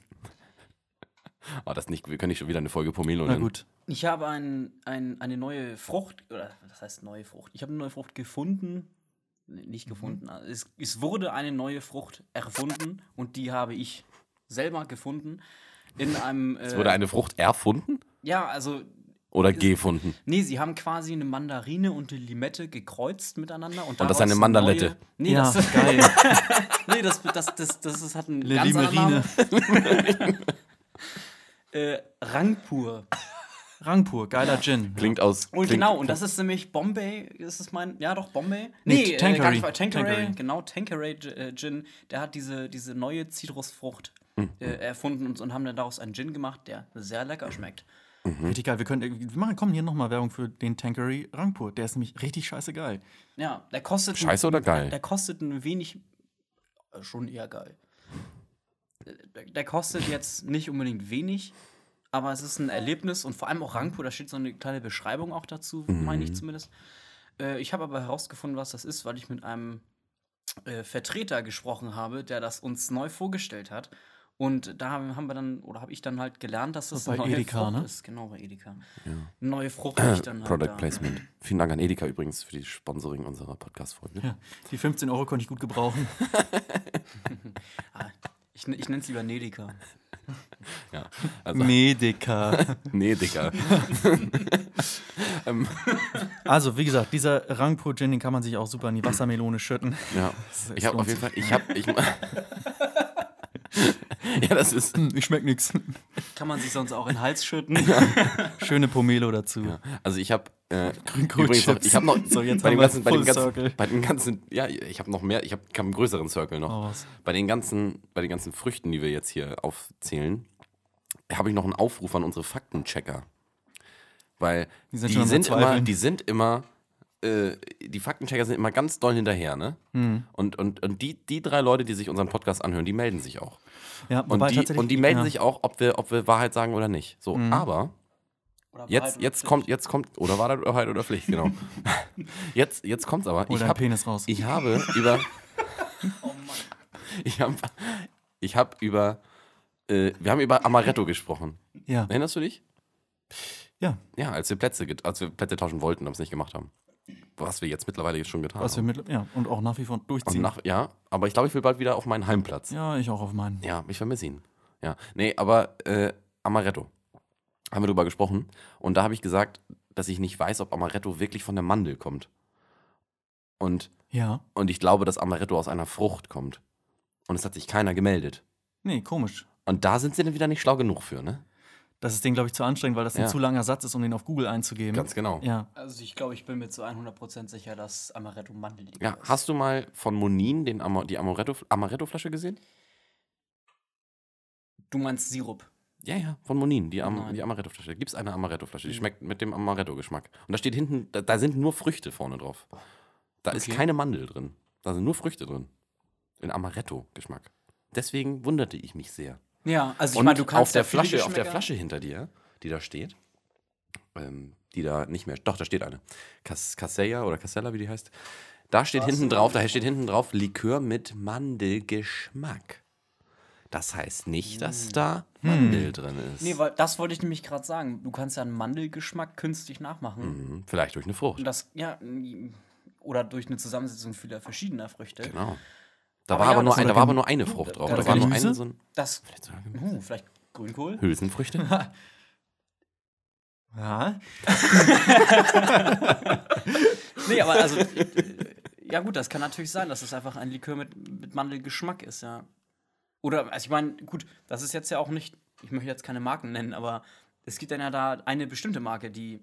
Oh, das nicht, wir können nicht schon wieder eine Folge Pomelo
Na
nennen.
gut.
Ich habe ein, ein, eine neue Frucht, oder das heißt neue Frucht. Ich habe eine neue Frucht gefunden. Nee,
Mhm.
Nicht gefunden. also Es, es wurde eine neue Frucht erfunden und die habe ich selber gefunden. In einem. Äh,
Es wurde eine Frucht erfunden
ja, also.
oder gefunden?
Nee, sie haben quasi eine Mandarine und eine Limette gekreuzt miteinander.
Und
Und,
das ist
daraus
eine Mandalette.
Neue, nee,
ja,
das,
geil.
nee, das, das, das, das, das hat einen
Le
ganz anderen
Limerine.
Namen. Äh, Rangpur.
Rangpur, geiler Gin.
Klingt aus.
Und
klingt,
genau, und das ist nämlich Bombay, ist es mein, ja doch, Bombay.
Nee,
äh,
Tanqueray.
gar nicht wahr, Tanqueray,
Tanqueray.
genau, Tanqueray G- äh, Gin, der hat diese, diese neue Zitrusfrucht
Hm,
äh, erfunden und, und haben dann daraus einen Gin gemacht, der sehr lecker schmeckt.
Hm.
Richtig geil. Wir können, äh, wir machen, komm, hier nochmal Werbung für den Tankery Rangpur. Der ist nämlich richtig scheiße geil.
Ja, der kostet.
Scheiße oder geil?
Der kostet ein wenig, äh, schon eher geil. Äh, Der, der kostet jetzt nicht unbedingt wenig, aber es ist ein Erlebnis und vor allem auch Rangpur, da steht so eine kleine Beschreibung auch dazu, meine
Mhm.
ich zumindest. Äh, ich habe aber herausgefunden, was das ist, weil ich mit einem äh, Vertreter gesprochen habe, der das uns neu vorgestellt hat. Und da haben haben wir dann, oder habe ich dann halt gelernt, dass das
Bei Edeka,
Frucht
ne?
ist. Genau, bei Edeka. Neue Frucht, die ich dann halt
Product
da-
Placement. Vielen Dank an Edeka übrigens für die Sponsoring unserer Podcast-Folge.
Ja, die 15 Euro konnte ich gut gebrauchen.
Ah, ich, ich nenne es lieber Nedeka.
Ja. Also,
Medica.
nee, Dicker.
Also, wie gesagt, dieser Rangpur Gin, den kann man sich auch super in die Wassermelone schütten.
Ja.
Das ist
Ich habe auf jeden
echt
Fall, ich habe, ich. ja, das ist.
Hm, Ich schmeck nix.
Kann man sich sonst auch in den Hals schütten.
Schöne Pomelo dazu.
Ja. Also ich habe äh,
Grünkohl
übrigens noch,
Chips.
ich habe noch
So, jetzt
bei
haben
dem
wir
ganzen, bei dem
Full Circle.
ganzen, bei dem ganzen, ja, ich habe noch mehr, ich habe einen größeren Circle noch.
Hau raus.
Bei den ganzen, bei den ganzen Früchten, die wir jetzt hier aufzählen, habe ich noch einen Aufruf an unsere Faktenchecker, weil
Die
die
sind
sind,
schon am
immer,
Verzweifeln.
die sind immer, äh, die Faktenchecker sind immer ganz doll hinterher, ne?
Hm.
Und, und, und die, die drei Leute, die sich unseren Podcast anhören, die melden sich auch.
Ja,
Und,
wobei
die,
tatsächlich-
und die melden
ja. Hm.
sich auch, ob wir, ob wir Wahrheit sagen oder nicht. So, aber
Oder
Jetzt, jetzt kommt, jetzt kommt, oder Wahrheit oder Pflicht, genau. jetzt, jetzt kommt's aber.
Hol
Ich
deinen
hab,
Oh, Penis raus.
ich habe über, ich habe, ich habe über, äh, wir haben über Amaretto gesprochen.
ja.
Erinnerst du dich?
Ja.
Ja, als wir Plätze, get- als wir Plätze tauschen wollten, aber es nicht gemacht haben. Was wir jetzt mittlerweile jetzt schon getan
Was wir
haben.
mit, ja, und auch nach wie vor
Und
durchziehen.
nach, ja, aber ich glaube, ich will bald wieder auf meinen Heimplatz.
ja, ich auch auf meinen.
Ja, ich vermisse ihn. Ja, nee, aber äh, Amaretto. Haben wir drüber gesprochen. Und da habe ich gesagt, dass ich nicht weiß, ob Amaretto wirklich von der Mandel kommt. Und,
Ja.
und ich glaube, dass Amaretto aus einer Frucht kommt. Und es hat sich keiner gemeldet.
Nee, komisch.
Und da sind sie dann wieder nicht schlau genug für, ne?
Das ist denen, glaube ich, zu anstrengend, weil das
Ja.
ein zu langer Satz ist, um den auf Google einzugeben.
Ganz genau. Ja,
Ja.
Also ich glaube, ich bin mir zu 100% sicher, dass Amaretto Mandel ist.
hast du mal von Monin den Ama die Amaretto- Amaretto-Flasche gesehen?
Du meinst Sirup.
Ja, ja, Mhm. von Monin, die, Am
Nein.
die Amaretto-Flasche. Da gibt es eine Amaretto-Flasche, die schmeckt mit dem Amaretto-Geschmack. Und da steht hinten, da, da sind nur Früchte vorne drauf. Da ist
Okay.
keine Mandel drin. Da sind nur Früchte drin. In Amaretto-Geschmack. Deswegen wunderte ich mich sehr.
Ja, also ich
Und
meine, du kannst
auf der
ja viele
Flasche, auf der
Geschmäcker-
Flasche hinter dir, die da steht, ähm, die da nicht mehr, doch, da steht eine. Cas Casella oder Casella, wie die heißt. Da steht
Da ist
hinten
eine
drauf, da steht hinten drauf Likör mit Mandelgeschmack. Das heißt nicht, dass da Mandel drin ist.
Hm. Nee, weil das wollte ich nämlich gerade sagen. Du kannst ja einen Mandelgeschmack künstlich nachmachen.
Mhm, Vielleicht durch eine
Und
Frucht.
das, ja, m, oder durch eine Zusammensetzung vieler verschiedener Früchte.
Genau. Da,
Aber
war,
ja,
aber nur
das
ein,
oder
da war
Gem-
aber nur eine Frucht drauf.
oder
Da war nur
Gemüse?
eine so ein
Das,
Vielleicht sogar Gemüse.
uh, vielleicht Grünkohl?
Hülsenfrüchte.
Ja.
Nee, aber also, äh, ja gut, das kann natürlich sein, dass es einfach ein Likör mit, mit Mandelgeschmack ist, ja. Oder, also ich meine, gut, das ist jetzt ja auch nicht, ich möchte jetzt keine Marken nennen, aber es gibt dann ja da eine bestimmte Marke, die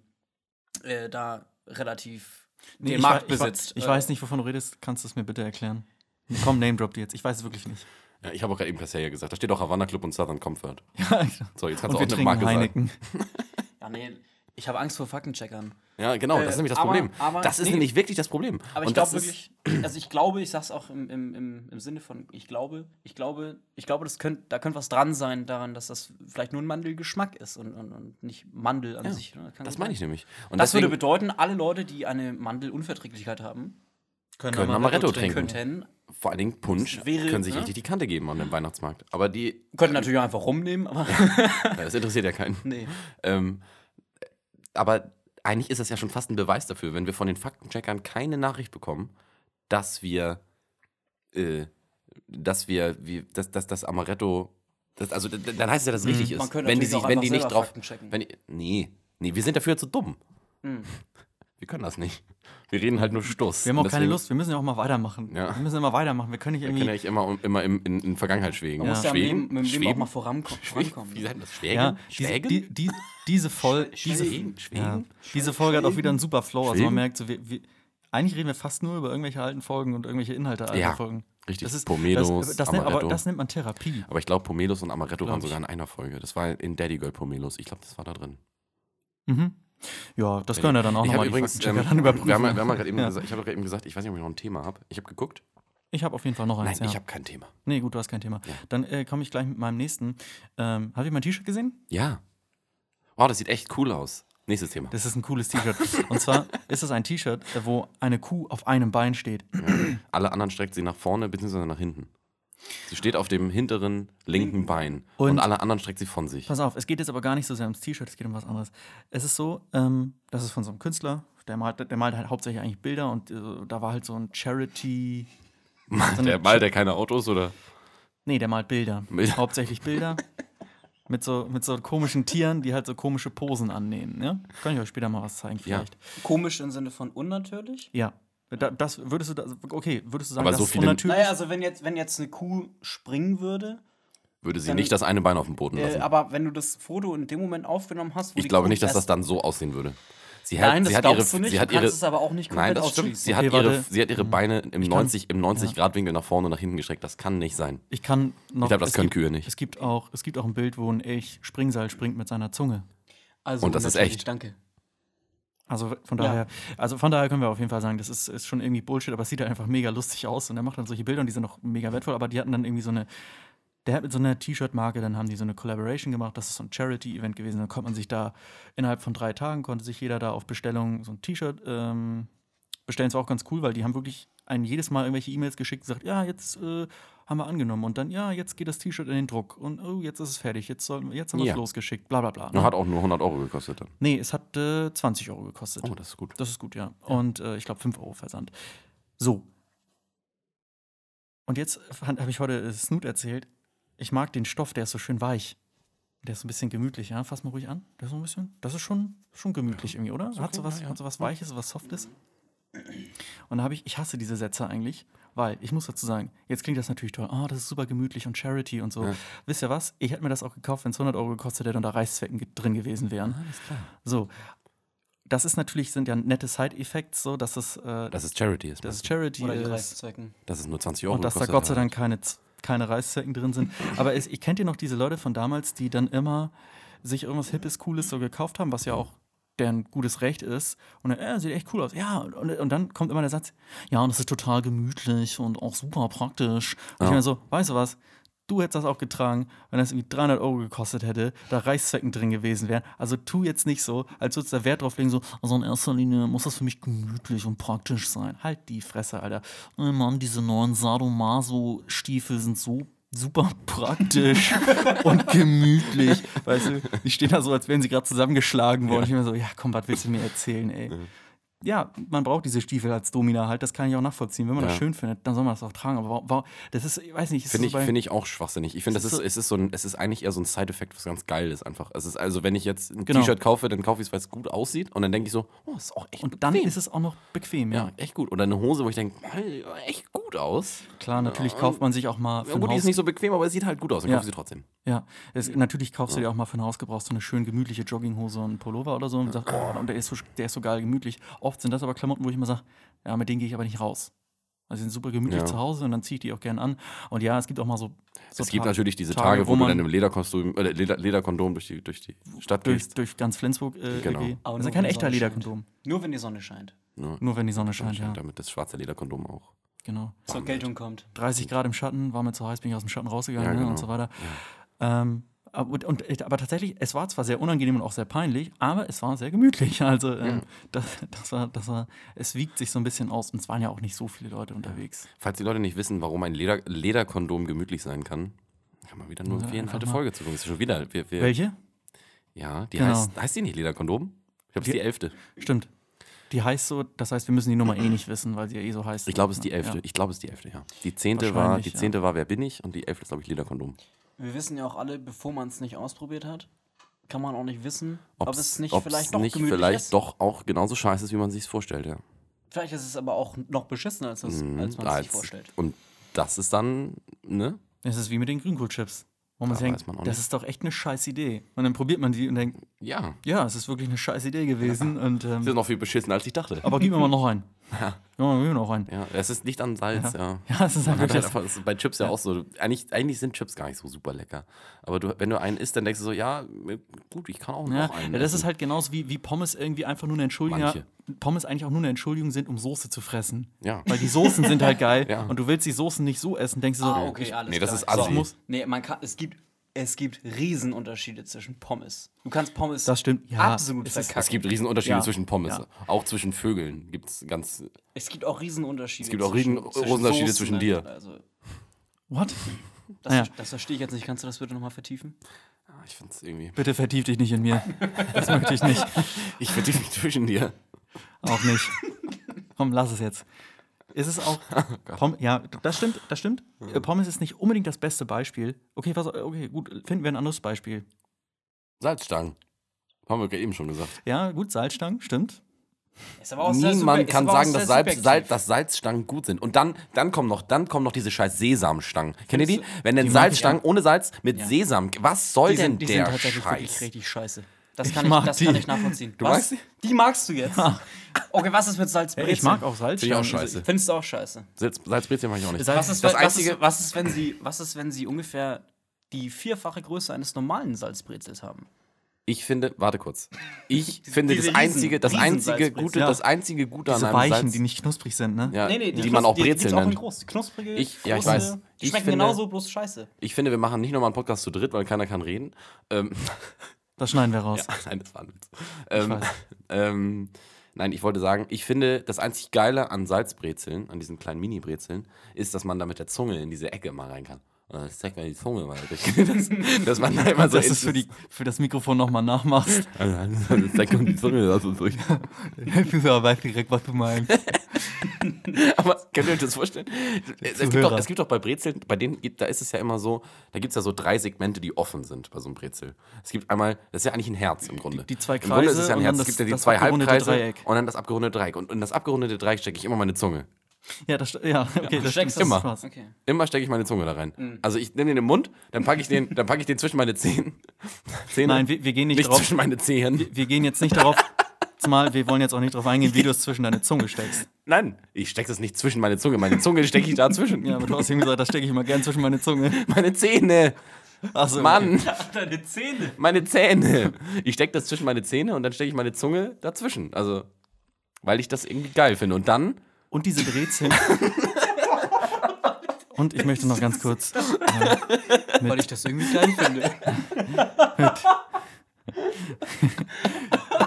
äh, da relativ
Nee,
den
ich
Markt
wei- ich wei-
besitzt.
Ich
Äh,
weiß nicht, wovon du redest. Kannst du es mir bitte erklären? Komm, Name drop dir jetzt. Ich weiß es wirklich nicht.
Ja, ich habe auch gerade eben Casella gesagt. Da steht auch Havana Club und Southern Comfort.
Ja, genau.
So, jetzt
Und
kannst du
wir
auch eine
trinken
Marke sagen.
Heineken.
äh, Ja, nee, ich habe Angst vor Faktencheckern.
Ja, genau, das
Äh,
ist nämlich das
aber-
Problem.
aber-
das ist
nee.
nämlich wirklich das Problem.
Aber ich
Und das
glaube wirklich, also ich glaube, ich sag's auch im, im, im, im Sinne von, ich glaube, ich glaube, ich glaube, das könnt, da könnte was dran sein daran, dass das vielleicht nur ein Mandelgeschmack ist und, und, und nicht Mandel an
Ja,
sich. ne? Kann
Das
gut
meine
sein.
ich nämlich. Und
Das würde
deswegen
bedeuten, alle Leute, die eine Mandelunverträglichkeit haben,
können Amaretto trinken.
könnten,
Vor allen Dingen Punsch
Das wäre,
können sich
ne?
richtig die Kante geben an dem Weihnachtsmarkt. Aber die,
könnten natürlich auch einfach rumnehmen, aber
ja, das interessiert ja keinen.
nee.
Ähm, aber eigentlich ist das ja schon fast ein Beweis dafür, wenn wir von den Faktencheckern keine Nachricht bekommen, dass wir, äh, dass wir, wie, dass, dass das Amaretto, das, also d- d- dann heißt es ja, dass es richtig
Mhm. Man
ist.
könnte
Wenn die,
natürlich
sich,
auch
wenn
einfach
die nicht
selber
drauf,
Fakten checken.
wenn die, nee, nee, wir sind dafür zu dumm.
Mhm.
Wir können das nicht. Wir reden halt nur Stuss.
Wir haben auch keine
Deswegen-
Lust. Wir müssen ja auch mal weitermachen.
Ja.
Wir müssen immer weitermachen. Wir können nicht
Wir können ja
irgendwie.
nicht immer, um, immer im, in, in Vergangenheit schwägen.
Man muss ja mit dem-
schwägen?
mit dem Leben auch
schwägen?
mal vorankommen. vorankommen
Wie
ne?
sagt man das? Schwägen?
Ja, diese,
schwägen?
die, die, diese, Fol diese,
Schwägen?
ja,
Schwägen?
diese Folge hat auch wieder einen super Flow. Also man
Schwägen?
merkt, so, wir, wir, eigentlich reden wir fast nur über irgendwelche alten Folgen und irgendwelche Inhalte alter
Ja,
Folgen.
richtig.
Das ist,
Pomelos,
das, das nennt, aber
Amaretto.
das nennt man Therapie.
Aber ich glaube, Pomelos und Amaretto
Glaub
waren
ich.
sogar in einer Folge. Das war in Daddy Girl Pomelos. Ich glaube, das war da drin.
Mhm. Ja, das können wir dann auch
ich
nochmal
habe
die
übrigens, ähm,
Faktenchecker
wir
dann
haben, ja-
überprüfen.
wir haben ja gerade eben
Ja.
gesagt, ich habe gerade eben gesagt, ich weiß nicht, ob ich noch ein Thema habe. Ich habe geguckt.
ich habe auf jeden Fall noch
Nein,
eins.
ich
ja.
habe kein Thema.
Nee, gut, du hast kein Thema. Dann äh, komme ich gleich mit meinem nächsten. Ähm, Habt ihr mein T-Shirt gesehen?
Ja. Wow, das sieht echt cool aus. Nächstes Thema.
Das ist ein cooles T-Shirt. Und zwar ist es ein T-Shirt, äh, wo eine Kuh auf einem Bein steht.
Alle anderen streckt sie nach vorne bzw. nach hinten. Sie steht auf dem hinteren linken Bein und,
Und-
alle anderen streckt sie von sich.
Pass auf, es geht jetzt aber gar nicht so sehr ums T-Shirt, es geht um was anderes. Es ist so, ähm, das ist von so einem Künstler, der malt, der malt halt hauptsächlich eigentlich Bilder und äh, da war halt so ein Charity. so eine
Der Ball, der keine Autos oder?
Nee, der malt Bilder.
Bilder.
Hauptsächlich Bilder. Mit so, mit so komischen Tieren, die halt so komische Posen annehmen. Ja? Kann ich euch später mal was zeigen,
Ja.
vielleicht.
Komisch im Sinne von unnatürlich.
Ja. Da, das würdest du, da, okay, würdest du sagen,
Aber
das
so
ist
viele-
unnatürlich?
Naja, also wenn jetzt, wenn jetzt eine Kuh springen würde,
Würde sie
Dann-
nicht das eine Bein auf dem Boden
äh,
lassen.
aber wenn du das Foto in dem Moment aufgenommen hast, wo
ich
die
glaube
Kuh
nicht, dass das
erst-
dann so aussehen würde. Sie
Nein, das
sie
glaubst
ihre,
du nicht.
Sie hat
du kannst
ihre,
es aber auch nicht
nein,
komplett
das stimmt.
ausschließen.
Sie,
Okay,
hat ihre,
warte.
sie hat ihre Beine im 90, im 90
ja.
Grad Winkel nach vorne und nach hinten gestreckt. Das kann nicht sein.
Ich kann noch.
Ich glaub, das
es
können
gibt,
Kühe nicht.
Es gibt, auch, es gibt auch ein Bild, wo ein Elch Springseil springt mit seiner Zunge.
Also
Und das ist
unnatürlich,
echt.
Danke.
Also von
Ja.
daher, also von daher können wir auf jeden Fall sagen, das ist, ist schon irgendwie Bullshit, aber es sieht halt einfach mega lustig aus und er macht dann solche Bilder und die sind auch mega wertvoll, aber die hatten dann irgendwie so eine Der hat mit so einer T-Shirt-Marke, dann haben die so eine Collaboration gemacht, das ist so ein Charity-Event gewesen. Dann konnte man sich da innerhalb von drei Tagen, konnte sich jeder da auf Bestellung so ein T-Shirt ähm, bestellen. Das war auch ganz cool, weil die haben wirklich einen jedes Mal irgendwelche E-Mails geschickt, gesagt, ja, jetzt äh, haben wir angenommen und dann, ja, jetzt geht das T-Shirt in den Druck und oh, jetzt ist es fertig, jetzt, soll, jetzt haben wir es
Ja.
losgeschickt, bla bla bla.
Und hat auch nur 100 Euro gekostet dann.
Nee, es hat äh, 20 Euro gekostet.
Oh, das ist gut.
Das ist gut, ja. Und äh, ich glaube 5 Euro Versand. So. Und jetzt habe ich heute äh, Snoot erzählt. Ich mag den Stoff, der ist so schön weich. Der ist so ein bisschen gemütlich, ja. Fass mal ruhig an. Der ist so ein bisschen. Das ist schon, schon gemütlich irgendwie, oder? hat, so was, hat so was Weiches, was Softes. Und da habe ich, ich hasse diese Sätze eigentlich, weil ich muss dazu sagen, jetzt klingt das natürlich toll. Oh, das ist super gemütlich und Charity und so. Wisst ihr was? Ich hätte mir das auch gekauft, wenn es 100 Euro gekostet hätte und da Reißzwecken ge- drin gewesen wären.
Alles klar.
So. Das ist natürlich, sind ja nette Side-Effects, so dass es, äh,
Dass es Charity ist.
dass
Das,
es Charity
Oder die
ist
Reißzwecken.
das ist nur 20 Euro.
und dass da
gekostet
Gott sei
hat.
Dank keine, Z- keine Reißzwecken drin sind. Aber es, ich kennt ihr noch diese Leute von damals, die dann immer sich irgendwas Hippes, Cooles so gekauft haben, was ja auch deren gutes Recht ist. Und dann, äh, sieht echt cool aus. Ja, und, und, und dann kommt immer der Satz, ja, und das ist total gemütlich und auch super praktisch. Und ich
Ja.
meine so, weißt du was? Du hättest das auch getragen, wenn das irgendwie 300 Euro gekostet hätte, da Reißzwecken drin gewesen wären. Also tu jetzt nicht so, als würdest du da Wert drauf legen, so, also in erster Linie muss das für mich gemütlich und praktisch sein. Halt die Fresse, Alter. Oh Mann, diese neuen Sadomaso-Stiefel sind so super praktisch und gemütlich. Weißt du, die stehen da so, als wären sie gerade zusammengeschlagen worden. Ich bin mir so, ja komm, was willst du mir erzählen, ey? ja, man braucht diese Stiefel als Domina halt, das kann ich auch nachvollziehen. Wenn man das
Ja.
schön findet, dann soll man das auch tragen. Aber wa- wa- das ist, ich weiß nicht, ist
Finde
das
ich,
so bei-
finde ich auch schwachsinnig. Ich finde,
Es
das
ist
ist, es ist so ein, es ist eigentlich eher so ein Side-Effekt, was ganz geil ist einfach. Es ist also, wenn ich jetzt ein
Genau.
T-Shirt kaufe, dann kaufe ich es, weil es gut aussieht und dann denke ich so, oh, ist auch echt
und dann
bequem.
ist es auch noch bequem, ja.
ja, echt gut. Oder eine Hose, wo ich denke, echt gut aus.
Klar, natürlich kauft man sich auch mal für
Ja,
ein
gut, die
Haus.
ist nicht so bequem, aber es sieht halt gut aus. Dann
Ja.
kaufst du sie trotzdem.
ja, es, natürlich kaufst du dir auch mal für ein Hausgebrauch so eine schön gemütliche Jogginghose und einen Pullover oder so und sagst, boah, und der ist so, der ist so geil gemütlich. Oft sind das aber Klamotten, wo ich immer sage, ja, mit denen gehe ich aber nicht raus. Also die sind super gemütlich
Ja.
zu Hause und dann ziehe ich die auch gern an. Und ja, es gibt auch mal so, so
es gibt
Ta-
natürlich diese
Tage, wo
Tage, wo du
man-
dann im Lederkostüm, äh, Leder, Lederkondom durch die, durch die Stadt
durch,
gehst.
durch ganz Flensburg. Äh,
Genau.
WG.
Aber
Das ist
nur,
kein
wenn die
echter
Sonne scheint.
Lederkondom.
Nur wenn die Sonne scheint.
Ne?
Nur wenn die Sonne scheint, ja.
Damit das schwarze Lederkondom auch.
Genau.
Zur Geltung kommt.
30 Grad im Schatten, war mir zu heiß, bin ich aus dem Schatten rausgegangen
Ja,
ne,
genau.
und so weiter. Ähm, aber- und, und, aber tatsächlich, es war zwar sehr unangenehm und auch sehr peinlich, aber es war sehr gemütlich. Also ähm, das, das war, das war, es wiegt sich so ein bisschen aus und es waren ja auch nicht so viele Leute unterwegs.
Falls die Leute nicht wissen, warum ein Leder, Lederkondom gemütlich sein kann, kann man wieder nur
Ja,
empfehlen,
einfach
alte
mal.
Folge zu gucken. Das ist schon wieder. Wir, wir,
Welche?
ja, die
Genau.
heißt, heißt die nicht Lederkondom? Ich glaube, es ist
Die-
die elfte.
Stimmt. Die heißt so, das heißt, wir müssen die Nummer eh nicht wissen, weil sie ja eh so heißt.
Ich glaube, es ist die
Ja.
elfte. Ich glaube, es ist die elfte, ja. Die zehnte war,
Wahrscheinlich,
die
ja.
zehnte war Wer bin ich? Und die elfte ist, glaube ich, Lederkondom.
Wir wissen ja auch alle, bevor man es nicht ausprobiert hat, kann man auch nicht wissen, ob
Ob's-
es nicht
ob's
vielleicht doch
nicht
gemütlich
vielleicht
ist.
doch auch genauso scheiße ist, wie man sich vorstellt, ja.
Vielleicht ist es aber auch noch beschissener, als, es- als man es
Mhm, Als-
sich vorstellt.
Und das ist dann, ne?
Es ist wie mit den Grünkohlchips. Wo man
Da
sich denkt,
weiß man auch
das
nicht.
ist doch echt eine scheiß Idee. Und dann probiert man die und denkt,
Ja.
ja, es ist wirklich eine scheiß Idee gewesen. Und, ähm,
Das ist noch viel beschissener, als ich dachte.
Aber gib mir mal noch einen. Ja. gib mir noch einen.
ja, es ist nicht an Salz, ja.
Ja, es ist
Man hat
einfach
halt
das.
einfach, das ist bei Chips ja, auch so. Eigentlich, eigentlich sind Chips gar nicht so super lecker. Aber du, wenn du einen isst, dann denkst du so, ja, äh, gut, ich kann auch noch
Ja,
einen.
ja, das ist
essen.
halt genauso wie, wie Pommes irgendwie einfach nur eine Entschuldigung.
Manche.
Pommes eigentlich auch nur eine Entschuldigung sind, um Soße zu fressen.
Ja.
Weil die Soßen sind halt geil
Ja.
und du willst die Soßen nicht so essen, denkst du so,
Ah, okay, alles
nee, das
klar.
ist assi.
So, muss, nee, man kann, es gibt, es gibt Riesenunterschiede zwischen Pommes. Du kannst Pommes
Das stimmt, ja.
absolut
Es ist- halt
verkacken.
Es gibt Riesenunterschiede
Ja.
zwischen Pommes.
Ja.
Auch zwischen Vögeln gibt es ganz.
Es gibt auch Riesenunterschiede.
Es gibt auch Riesen- Unterschiede
Soßen,
zwischen
ne?
dir.
Also,
what?
das,
Ja.
das verstehe ich jetzt nicht. Kannst du das bitte nochmal vertiefen?
Ah, Ich find's irgendwie.
Bitte vertief dich nicht in mir. Das möchte ich nicht.
Ich verdiene mich zwischen dir.
Auch nicht. Komm, lass es jetzt. Ist es auch.
Oh
Pom ja, das stimmt, das stimmt. Äh, Pommes ist nicht unbedingt das beste Beispiel. Okay, was, okay, gut, finden wir ein anderes Beispiel.
Salzstangen. Haben wir gerade eben schon gesagt.
Ja, gut, Salzstangen, stimmt.
Ist aber auch sehr super-
Niemand
ist
kann
aber auch
sagen,
sehr
dass, Salz,
subjektiv.
Salz, dass Salzstangen gut sind. Und dann, dann, kommen noch, dann kommen noch diese scheiß Sesamstangen. Kennt ihr die?
Findest
Wenn denn
die mag ich
Salzstangen ohne Salz mit Sesam. Was soll
Die
denn
sind, die
der
sind tatsächlich wirklich
Scheiß?
richtig scheiße. Das
Ich
kann ich,
mag
das
die.
kann ich nachvollziehen. Du
magst die?
Die magst du jetzt. Okay, was ist mit Salzbrezeln?
Ich mag auch Salzstangen.
Finde ich auch
Also,
scheiße.
Findest du auch scheiße?
Salz, Salzbrezeln mache ich auch nicht.
Salz-
Was ist,
Das
wenn- was, ist,
Einzige-
was, ist, wenn sie, was ist, wenn sie ungefähr die vierfache Größe eines normalen Salzbrezels haben?
Ich finde, warte kurz. Ich finde
diese
das einzige, das
riesen
einzige
Salzbrezel.
gute,
Ja.
das einzige gute an
Diese
einem
Weichen,
Salz,
die nicht knusprig sind, ne?
ja,
Nee, nee,
die, man auch
die gibt's
Brezeln
auch in
nennt.
groß. Die knusprige,
Ich- ja, ich
große,
weiß.
Die
Ich
schmecken
finde-
genauso, bloß scheiße.
Ich finde, wir machen nicht nochmal einen Podcast zu dritt, weil keiner kann reden. Ähm,
Das schneiden wir raus.
ja, nein, das war ein Witz. Ähm,
weiß.
ähm, nein, ich wollte sagen, ich finde, das einzig Geile an Salzbrezeln, an diesen kleinen Mini-Brezeln, ist, dass man da mit der Zunge in diese Ecke mal rein kann. Und dann zeigt man die Zunge mal durch. dass, dass man da immer so
Dass du Also es für, die, für das Mikrofon nochmal nachmachst.
Also, dann zeigt man die Zunge da so durch.
Hörer weiß direkt, was du meinst.
Aber könnt ihr euch das vorstellen? Es, es, gibt
Zuhörer.
doch, es gibt doch bei Brezeln, bei denen, gibt- da ist es ja immer so, da gibt es ja so drei Segmente, die offen sind bei so einem Brezel. Es gibt einmal, das ist ja eigentlich ein Herz im Grunde.
die zwei
Im Grunde ist
Kreise
es ja ein
und
Herz,
dann
es gibt ja
das-
die
das
zwei
abgerundete
Halbkreise
Dreieck.
und dann das abgerundete Dreieck. Und in das abgerundete Dreieck stecke ich immer meine Zunge.
Ja, das, st- ja okay, das
steckst
stimmt,
immer.
das ist Spaß.
Okay.
Immer stecke ich meine Zunge da rein.
Mhm.
Also ich nehme den im Mund, dann packe ich den, dann packe ich den zwischen meine Zähne. Zähne
Nein, wir, wir gehen nicht,
nicht
drauf.
zwischen meine Zehen.
Wir gehen jetzt nicht darauf. Zumal wir wollen jetzt auch nicht darauf eingehen, wie du es zwischen deine Zunge steckst.
Nein, ich stecke es nicht zwischen meine Zunge. Meine Zunge stecke ich dazwischen.
Ja, aber du hast eben gesagt, das stecke ich immer gern zwischen meine Zunge.
Meine Zähne.
Achso,
Mann.
Deine Zähne.
meine Zähne. Ich stecke das zwischen meine Zähne und dann stecke ich meine Zunge dazwischen. Also, weil ich das irgendwie geil finde. Und dann,
Und diese Brezeln. Und ich möchte noch ganz kurz.
Weil ich das irgendwie geil finde.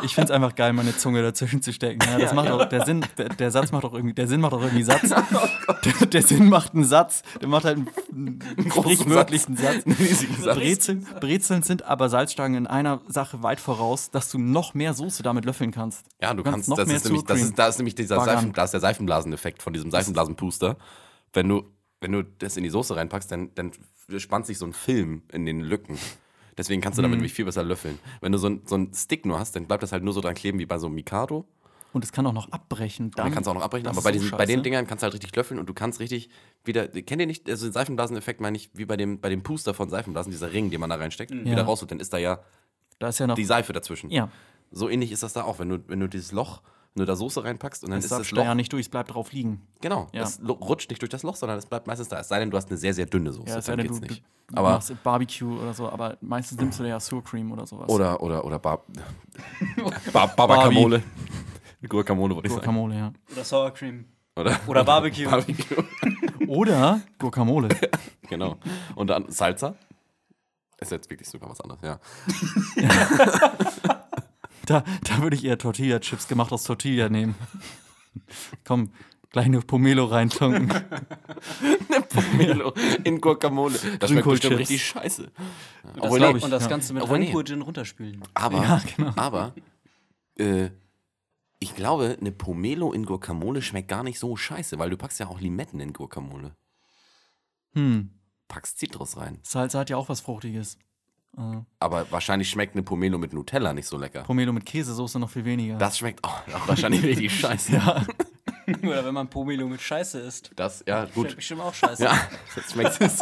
Ich finde es einfach geil, meine Zunge dazwischen zu stecken. Ja, das macht auch, der Sinn, der, der Satz macht auch irgendwie, der Sinn macht auch irgendwie Satz.
Oh
der, der Sinn macht einen Satz. Der macht halt einen, einen
großen
sprichwörtlichen Satz.
Einen riesigen Satz.
Brezeln, Brezeln sind aber Salzstangen in einer Sache weit voraus, dass du noch mehr Soße damit löffeln kannst.
ja, du kannst,
noch
das
mehr
ist nämlich,
Sour
das
Cream.
ist, da ist nämlich dieser
Bagan.
Seifen, da ist der Seifenblaseneffekt von diesem Seifenblasenpuster. Wenn du, wenn du das in die Soße reinpackst, dann, dann spannt sich so ein Film in den Lücken. Deswegen kannst du damit nämlich viel besser löffeln. Wenn du so einen so einen Stick nur hast, dann bleibt das halt nur so dran kleben wie bei so einem Mikado.
Und es kann auch noch abbrechen. Dann,
Dann kannst du auch noch abbrechen,
Das
aber
ist
bei,
so
diesen, bei den
scheiße.
Dingern kannst du halt richtig löffeln und du kannst richtig wieder. Kennt ihr nicht, also den Seifenblaseneffekt meine ich, wie bei dem, bei dem Puster von Seifenblasen, dieser Ring, den man da reinsteckt, wieder
Mhm. Ja.
rausholt, dann ist da ja
Da ist ja noch.
die Seife dazwischen.
Ja,
So ähnlich ist das da auch. Wenn du, wenn du dieses Loch, wenn du da Soße reinpackst und dann
es
ist das
darfst du da
Loch.
ja nicht durch, es bleibt drauf liegen.
Genau,
Ja.
das lo- rutscht nicht durch das Loch, sondern es bleibt meistens da. Es sei denn, du hast eine sehr, sehr dünne Soße,
Ja, es sei
dann
denn,
geht's
du-
nicht.
halt Du
Aber.
machst Barbecue oder so, aber meistens nimmst du da ja Sour Cream oder sowas.
Oder, oder, oder Bar. Bar Barbakamole. Guacamole wollte ich sagen.
Guacamole, ja.
Oder Sour Cream.
Oder,
Oder Barbecue.
Barbecue.
Oder Guacamole.
Genau. Und dann Salsa. Ist jetzt wirklich sogar was anderes, ja.
Da, da würde ich eher Tortilla-Chips gemacht aus Tortilla nehmen. Komm, gleich eine Pomelo reintunken.
Pomelo in Guacamole. Das schmeckt
Grünkohl-Chips.
bestimmt richtig scheiße.
Das
Obwohl,
glaub
nee,
ich,
und das
ja.
Ganze mit
Obwohl, nee.
Rancor Gin runterspülen.
Aber,
Ja, genau.
aber äh, ich glaube, eine Pomelo in Guacamole schmeckt gar nicht so scheiße, weil du packst ja auch Limetten in Guacamole.
Hm,
Packst Zitrus rein.
Salsa hat ja auch was Fruchtiges. Äh,
Aber wahrscheinlich schmeckt eine Pomelo mit Nutella nicht so lecker.
Pomelo mit Käsesoße noch viel weniger.
Das schmeckt auch, auch wahrscheinlich richtig scheiße.
ja.
Oder wenn man Pomelo mit Scheiße isst.
Das, ja,
Schmeckt
gut.
bestimmt auch scheiße.
Ja, das schmeckt, das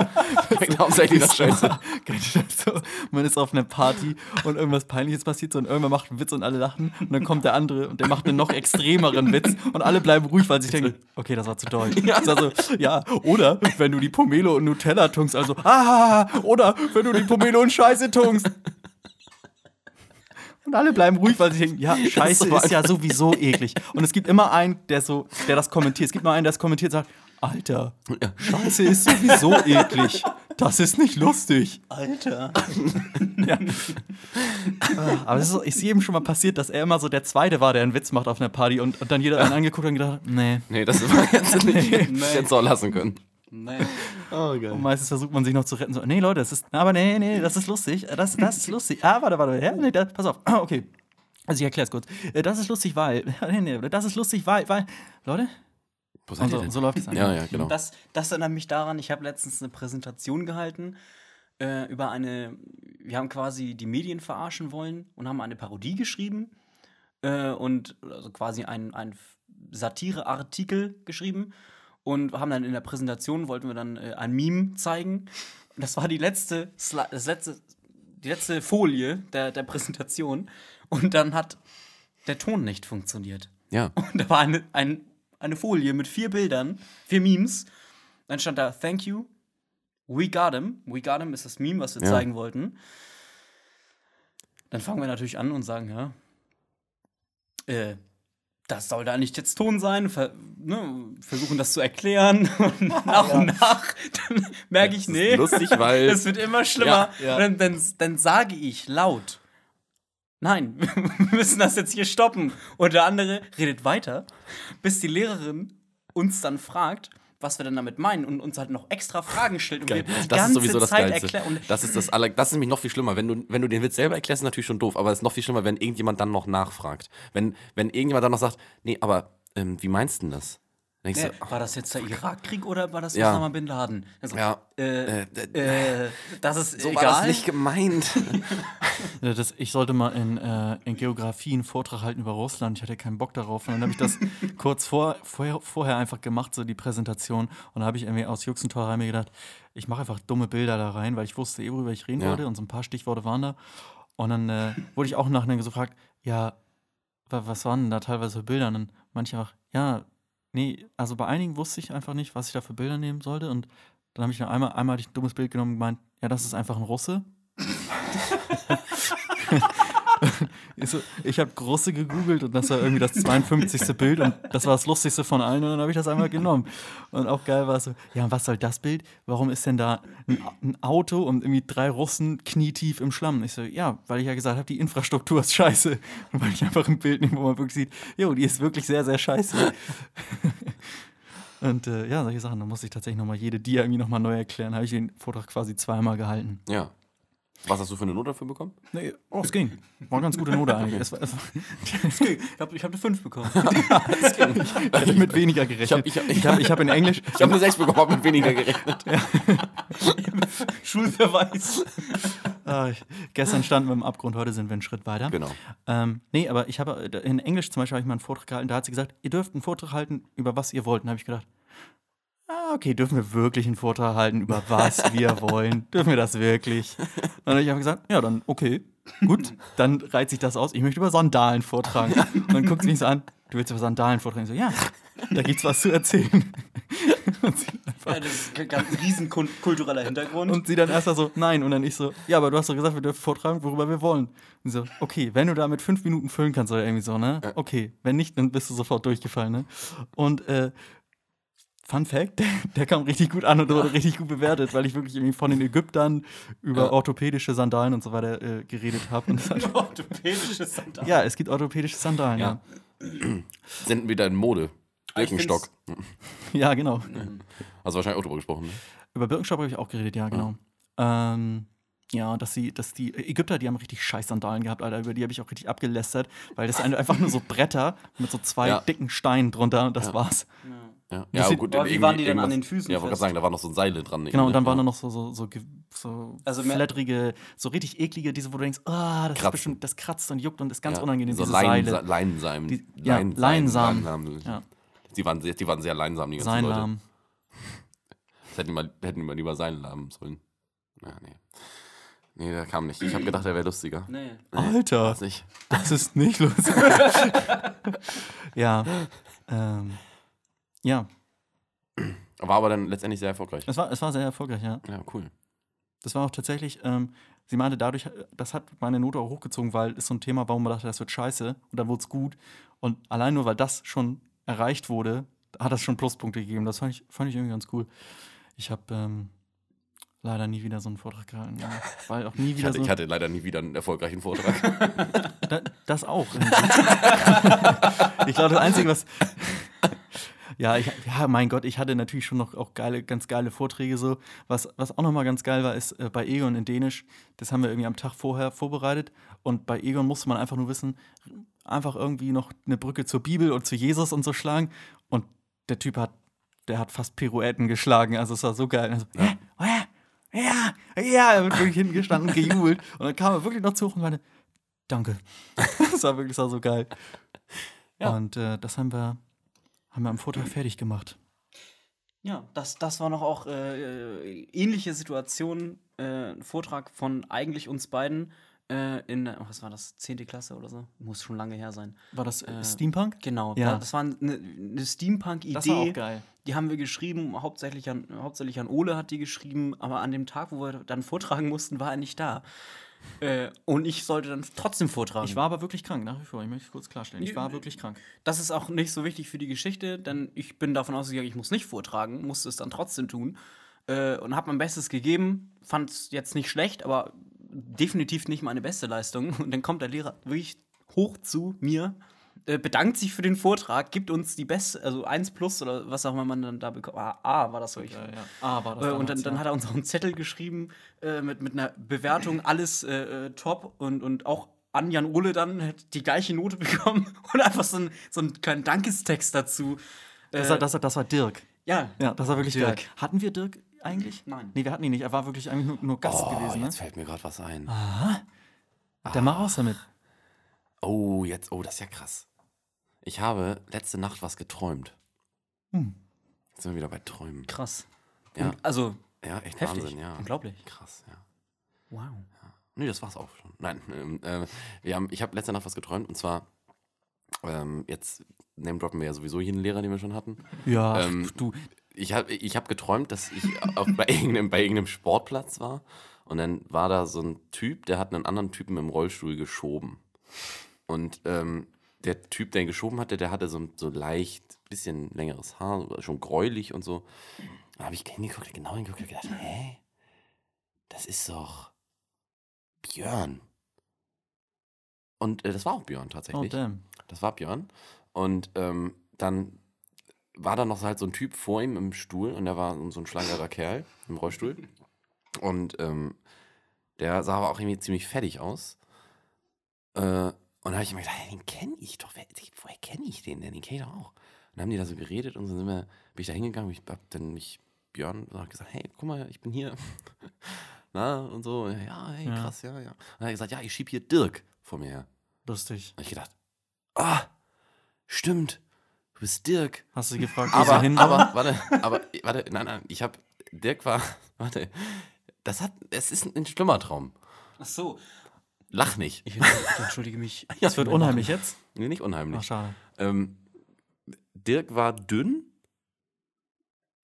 schmeckt hauptsächlich das Scheiße.
Kennt ihr das so? Man ist auf einer Party und irgendwas Peinliches passiert so und irgendwer macht einen Witz und alle lachen und dann kommt der andere und der macht einen noch extremeren Witz und alle bleiben ruhig, weil sie sich denken, okay, das war zu doll. Das war so, ja, oder wenn du die Pomelo und Nutella tunkst, also ah, oder wenn du die Pomelo und Scheiße tunkst. Und alle bleiben ruhig, weil sie denken, ja, Scheiße
aber
ist, ja sowieso eklig. Und es gibt immer einen, der so, der das kommentiert. Es gibt nur einen, der das kommentiert und sagt, Alter, Scheiße ist sowieso eklig. Das ist nicht lustig.
Alter.
Ja. Ah, Aber es ist, so- ist jedem schon mal passiert, dass er immer so der Zweite war, der einen Witz macht auf einer Party und, und dann jeder einen angeguckt hat und gedacht, hat, nee.
Nee, das war jetzt nicht.
Nee.
Hättest du auch lassen können.
Nein.
Und meistens versucht man sich noch zu retten. So, nee, Leute, das ist, aber nee, nee, das ist lustig. äh, Das, das ist lustig. Ah, warte, warte, ja, nee, da, pass auf. Ah, okay. Also ich erkläre es kurz. Äh, Das ist lustig, weil, nee, nee, das ist lustig, weil, weil, Leute,
Wo seid
und
ihr
so,
denn?
so läuft es an.
Ja, ja, genau.
Also, Das, das erinnert mich daran, ich habe letztens eine Präsentation gehalten äh, über eine, wir haben quasi die Medien verarschen wollen und haben eine Parodie geschrieben äh, und also quasi einen einen Satireartikel geschrieben und haben dann in der Präsentation, wollten wir dann äh, ein Meme zeigen. Und das war die letzte, Sli- das letzte, die letzte Folie der, der Präsentation und dann hat der Ton nicht funktioniert.
Ja.
Und da war eine, ein, eine Folie mit vier Bildern, vier Memes. Dann stand da Thank you, we got him. We got him ist das Meme, was wir
Ja.
zeigen wollten. Dann fangen wir natürlich an und sagen, ja, äh, das soll da nicht jetzt Ton sein, ver ne, versuchen das zu erklären und nach und nach, dann merke ich,
Das ist
nee,
lustig, weil-
das wird immer schlimmer.
Ja, ja.
Dann, dann, dann sage ich laut, nein, wir müssen das jetzt hier stoppen. Und der andere redet weiter, bis die Lehrerin uns dann fragt, was wir denn damit meinen und uns halt noch extra Fragen stellt. Und
Geil.
wir die
Das ist
ganze
sowieso das
Zeit
Geilste.
erklären- Und
Das ist das aller, das ist nämlich noch viel schlimmer. Wenn du, wenn du den Witz selber erklärst, ist natürlich schon doof, aber es ist noch viel schlimmer, wenn irgendjemand dann noch nachfragt. Wenn, wenn irgendjemand dann noch sagt, nee, aber ähm, wie meinst du denn das? Dann denkst
Ja,
du,
war das jetzt der Irakkrieg oder war das
Ja.
Osama Bin Laden? Also,
Ja.
Äh, äh, das ist
so
egal.
war das nicht gemeint.
Ja, Äh, Das, ich sollte mal in, äh, in Geografie einen Vortrag halten über Russland. Ich hatte keinen Bock darauf. Und dann habe ich das kurz vor, vorher, vorher einfach gemacht, so die Präsentation. Und da habe ich irgendwie aus Jux und Torheim mir gedacht, ich mache einfach dumme Bilder da rein, weil ich wusste eh, worüber ich reden
Ja.
wollte. Und so ein paar Stichworte waren da. Und dann äh, wurde ich auch im Nachhinein so gefragt, ja, wa- was waren denn da teilweise für Bilder? Und dann manche einfach, ja, nee, also bei einigen wusste ich einfach nicht, was ich da für Bilder nehmen sollte. Und dann habe ich noch einmal, einmal hatte ich ein dummes Bild genommen und gemeint, ja, das ist einfach ein Russe. Ich, so, ich habe Russe gegoogelt und das war irgendwie das 52. Bild und das war das lustigste von allen und dann habe ich das einmal genommen. Und auch geil war so, ja, und was soll das Bild? Warum ist denn da ein, A- ein Auto und irgendwie drei Russen knietief im Schlamm? Ich so, ja, weil ich ja gesagt habe, die Infrastruktur ist scheiße. Und weil ich einfach ein Bild nehme, wo man wirklich sieht, jo, die ist wirklich sehr, sehr scheiße. Und äh, ja, solche Sachen, da musste ich tatsächlich nochmal jede Dia irgendwie nochmal neu erklären. Habe ich den Vortrag quasi zweimal gehalten.
ja. Was hast du für eine Note dafür bekommen?
Nee, oh, es ging. War eine ganz gute Note eigentlich. Es war, es war,
Ich habe ich hab eine 5 bekommen.
Ich hätte Äh, mit weniger gerechnet. Ich
Ich hab-
habe
ich
ich
hab-
hab, ich hab in Englisch.
Ich
Also
habe eine 6 bekommen, hab mit weniger gerechnet.
Schulverweis.
Ah, ich, gestern standen wir im Abgrund, heute sind wir einen Schritt weiter.
Genau.
Ähm, nee, aber ich habe äh, in Englisch zum Beispiel habe ich mal einen Vortrag gehalten, da hat sie gesagt, ihr dürft einen Vortrag halten, über was ihr wollt. Und habe ich gedacht, ah, okay, dürfen wir wirklich einen Vortrag halten, über was wir wollen? Dürfen wir das wirklich? Und dann habe ich einfach gesagt, ja, dann okay, gut, dann reizt sich das aus, ich möchte über Sandalen vortragen. Und dann guckt sie mich so an, du willst über Sandalen vortragen? Ich so, ja, da gibt's was zu erzählen. Und sie einfach
Ja, das ist ein ganz riesen kun- kultureller Hintergrund.
Und sie dann erst mal so, nein. Und dann ich so, ja, aber du hast doch gesagt, wir dürfen vortragen, worüber wir wollen. Und sie so, okay, wenn du damit fünf Minuten füllen kannst oder irgendwie so, ne? Okay, wenn nicht, dann bist du sofort durchgefallen, ne? Und, äh, Fun Fact, der, der kam richtig gut an und wurde richtig gut bewertet, weil ich wirklich irgendwie von den Ägyptern über
Ja.
orthopädische Sandalen und so weiter äh, geredet habe. Und das hat-
Orthopädische Sandalen.
Ja, es gibt orthopädische Sandalen, ja.
Sind wieder in Mode. Birkenstock.
Ja, genau.
Also wahrscheinlich auch drüber gesprochen. Ne?
Über Birkenstock habe ich auch geredet, ja, genau. Ähm, ja, dass sie, dass die Ägypter, die haben richtig scheiß Sandalen gehabt, Alter. Über die habe ich auch richtig abgelästert, weil das sind einfach nur so Bretter mit so zwei
Ja.
dicken Steinen drunter und das war's.
Ja,
Das sieht-
gut.
Aber wie waren die denn
irgendwie-
an den Füßen
Ja, wollte gerade
fest?
sagen, da waren noch so Seile dran.
Genau, und dann waren da
ja.
noch so, so, so, ge- so
Also mehr-
flatterige, so richtig eklige, diese, wo du denkst, ah, das
Kratzen.
ist bestimmt, das kratzt und juckt und ist ganz
Ja,
unangenehm,
So
diese
Leinen-
Seile.
Sa- Leinsamen.
Die- ja,
Lein-
Leinsamen.
Leinsamen.
Ja.
Die waren sehr, die waren sehr leinsam, die ganzen Leute.
Seinlahm.
Das hätten wir, hätten wir lieber sein lahmen sollen. Ja, nee. Nee, der kam nicht. Ich habe gedacht, er wäre lustiger.
Nee.
Alter,
Weiß nicht.
das ist nicht lustig. ja. Ähm, ja,
War aber dann letztendlich sehr erfolgreich.
es war, es war sehr erfolgreich, ja.
Ja, cool.
Das war auch tatsächlich, ähm, sie meinte, dadurch, das hat meine Note auch hochgezogen, weil es so ein Thema war, wo man dachte, das wird scheiße und dann wurde es gut. Und allein nur, weil das schon erreicht wurde, hat das schon Pluspunkte gegeben. Das fand ich, fand ich irgendwie ganz cool. Ich habe ähm, leider nie wieder so einen Vortrag gehalten. Ja. Weil auch nie
Ich
wieder
hatte,
so.
ich hatte leider nie wieder einen erfolgreichen Vortrag.
Da, das auch. ich glaube, das Einzige, was. Ja, ich, ja, mein Gott, ich hatte natürlich schon noch auch geile, ganz geile Vorträge so. Was, was auch nochmal ganz geil war, ist äh, bei Egon in Dänisch, das haben wir irgendwie am Tag vorher vorbereitet. Und bei Egon musste man einfach nur wissen, einfach irgendwie noch eine Brücke zur Bibel und zu Jesus und so schlagen. Und der Typ hat, der hat fast Pirouetten geschlagen. Also es war so geil. Also, ja. Oh ja, ja, ja, er wird wirklich hingestanden und gejubelt. Und dann kam er wirklich noch zu hoch und meinte, danke. Das war wirklich das war so geil.
Ja.
Und äh, das haben wir, haben wir am Vortag fertig gemacht.
Ja, das, das war noch auch äh, äh, ähnliche Situation. Äh, ein Vortrag von eigentlich uns beiden äh, in, der- was war das, 10. Klasse oder so? Muss schon lange her sein.
War das äh,
Äh,
Steampunk?
Genau,
Ja.
ja. das war eine, eine
Das war auch
Steampunk-Idee.
geil.
Die haben wir geschrieben, hauptsächlich an, hauptsächlich an Ole hat die geschrieben, aber an dem Tag, wo wir dann vortragen mussten, war er nicht da. Äh, und ich sollte dann trotzdem vortragen.
Ich war aber wirklich krank, nach wie vor. Ich möchte es kurz klarstellen. Ich
Nee,
war
nee.
wirklich krank.
Das ist auch nicht so wichtig für die Geschichte, denn ich bin davon ausgegangen, ich muss nicht vortragen, musste es dann trotzdem tun äh, und habe mein Bestes gegeben. Fand es jetzt nicht schlecht, aber definitiv nicht meine beste Leistung. Und dann kommt der Lehrer wirklich hoch zu mir, äh, bedankt sich für den Vortrag, gibt uns die beste, also 1 plus oder was auch immer man dann da bekommt. Ah, ah, war das so. Ich,
Äh, ja. Aber das
äh, und dann,
damals,
dann
ja.
hat er uns auch einen Zettel geschrieben äh, mit, mit einer Bewertung, alles äh, äh, top und, und auch an Jan Ole dann hat die gleiche Note bekommen und einfach so einen so einen kleinen Dankestext dazu. Äh,
das, war, äh, das, war, das war Dirk.
Ja,
Ja, das war wirklich
Dirk.
geil. Hatten wir Dirk eigentlich?
Nein.
Nee, wir hatten ihn nicht. Er war wirklich eigentlich nur, nur Gast
Oh,
gewesen. Ne?
jetzt fällt mir gerade was ein.
Dann mach aus damit.
Oh, jetzt, oh, das ist ja krass. Ich habe letzte Nacht was geträumt.
Hm.
Jetzt sind wir wieder bei Träumen.
krass.
Ja.
Und, also
Ja, echt
heftig,
Wahnsinn, ja.
unglaublich.
Krass, ja.
Wow.
Nee, das war's auch schon. Nein, ähm, äh, wir haben, ich habe letzte Nacht was geträumt und zwar, ähm, jetzt name droppen wir ja sowieso jeden Lehrer, den wir schon hatten.
Ja,
Ähm,
du. oh,
ich habe ich hab geträumt, dass ich auf, bei, irgendeinem, bei irgendeinem Sportplatz war und dann war da so ein Typ, der hat einen anderen Typen im Rollstuhl geschoben. Und ähm, der Typ, der ihn geschoben hatte, der hatte so, ein- so leicht bisschen längeres Haar, schon gräulich und so. Da habe ich hingeguckt, genau hingeguckt und gedacht, hä? Das ist doch Björn. Und äh, das war auch Björn
Oh,
tatsächlich.
damn.
Das war Björn. Und ähm, dann war da noch halt so ein Typ vor ihm im Stuhl und der war so ein schlankerer Kerl im Rollstuhl. Und ähm, der sah aber auch irgendwie ziemlich fertig aus. Äh, und da habe ich mir gedacht, hey, den kenne ich doch. Wer, woher kenne ich den denn? Den kenne ich doch auch. Und dann haben die da so geredet und dann sind wir, bin ich da hingegangen. Ich habe dann mich Björn und hab gesagt, hey, guck mal, ich bin hier. Na, und so, ja, hey,
Ja.
krass, ja, ja. Und dann hat er gesagt, ja, ich schieb hier Dirk vor mir her.
Lustig.
Und ich gedacht, ah, stimmt, du bist Dirk.
Hast du sie gefragt, wo sie
Aber,
hin war?
aber, warte, aber, warte, nein, nein, ich hab, Dirk war, warte, das hat, es ist ein schlimmer Traum.
Ach so.
Lach nicht.
Ich, ich entschuldige mich.
Es wird unheimlich jetzt.
Nee, nicht
Ach,
unheimlich.
schade.
Ähm, Dirk war dünn,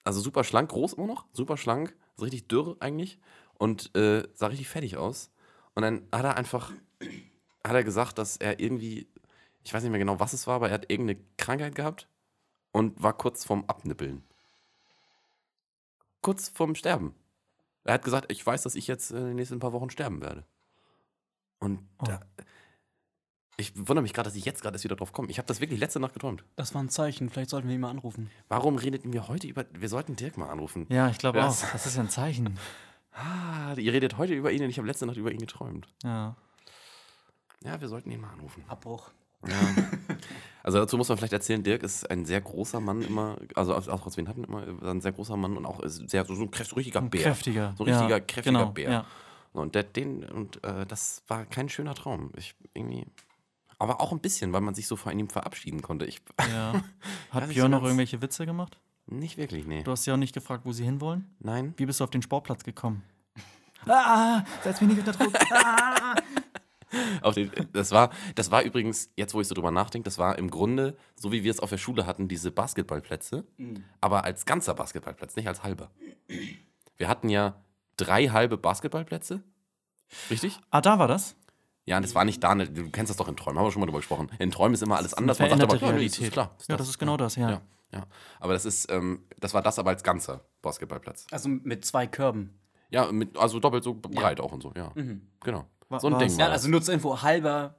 also super schlank, groß immer noch, super schlank, so richtig dürr eigentlich und äh, sah richtig fertig aus. Und dann hat er einfach, hat er gesagt, dass er irgendwie, ich weiß nicht mehr genau, was es war, aber er hat irgendeine Krankheit gehabt und war kurz vorm Abnippeln. Kurz vorm Sterben. Er hat gesagt, ich weiß, dass ich jetzt äh, in den nächsten paar Wochen sterben werde. Und
Oh.
da, ich wundere mich gerade, dass ich jetzt gerade erst wieder drauf komme. Ich habe das wirklich letzte Nacht geträumt.
Das war ein Zeichen, vielleicht sollten wir ihn mal anrufen.
Warum redeten wir heute über. Wir sollten Dirk mal anrufen.
Ja, ich glaube
Ja.
auch. Das ist ja ein Zeichen.
Ah, ihr redet heute über ihn und ich habe letzte Nacht über ihn geträumt.
Ja.
Ja, wir sollten ihn mal anrufen.
Abbruch.
Also dazu muss man vielleicht erzählen, Dirk ist ein sehr großer Mann immer, also auch auch aus Wien hatten immer, war ein sehr großer Mann und auch ist sehr, so, so ein kräft- richtiger
Ein
Bär.
kräftiger.
So ein richtiger,
ja,
kräftiger
genau,
Bär.
Ja.
Und, der, den, und äh, das war kein schöner Traum. Ich irgendwie. Aber auch ein bisschen, weil man sich so von ihm verabschieden konnte. Ich.
Ja. Hat
ist
Björn noch
ganz-
irgendwelche Witze gemacht?
Nicht wirklich, nee.
Du hast ja auch nicht gefragt, wo sie hinwollen.
Nein.
Wie bist du auf den Sportplatz gekommen? Ah, setz mich nicht unter Druck. Ah.
Auf den, das, war, das war übrigens, jetzt wo ich so drüber nachdenke, das war im Grunde, so wie wir es auf der Schule hatten, diese Basketballplätze, aber als ganzer Basketballplatz, nicht als halber. Wir hatten ja drei halbe Basketballplätze. Richtig?
ah, da war das.
Ja, und es war nicht da, ne- du kennst das doch in Träumen, haben wir schon mal drüber gesprochen. In Träumen ist immer alles anders,
veränderte
ja, nee,
Realität.
ist klar.
Ja, das ist genau das, ja.
ja. ja. Aber das ist, ähm, das war das aber als ganzer Basketballplatz.
Also mit zwei Körben.
Ja, mit, also doppelt so breit auch und so, ja.
Mhm.
Genau.
Wa-
so ein
war's-
Ding.
Ja,
war das.
also nur zur Info, halber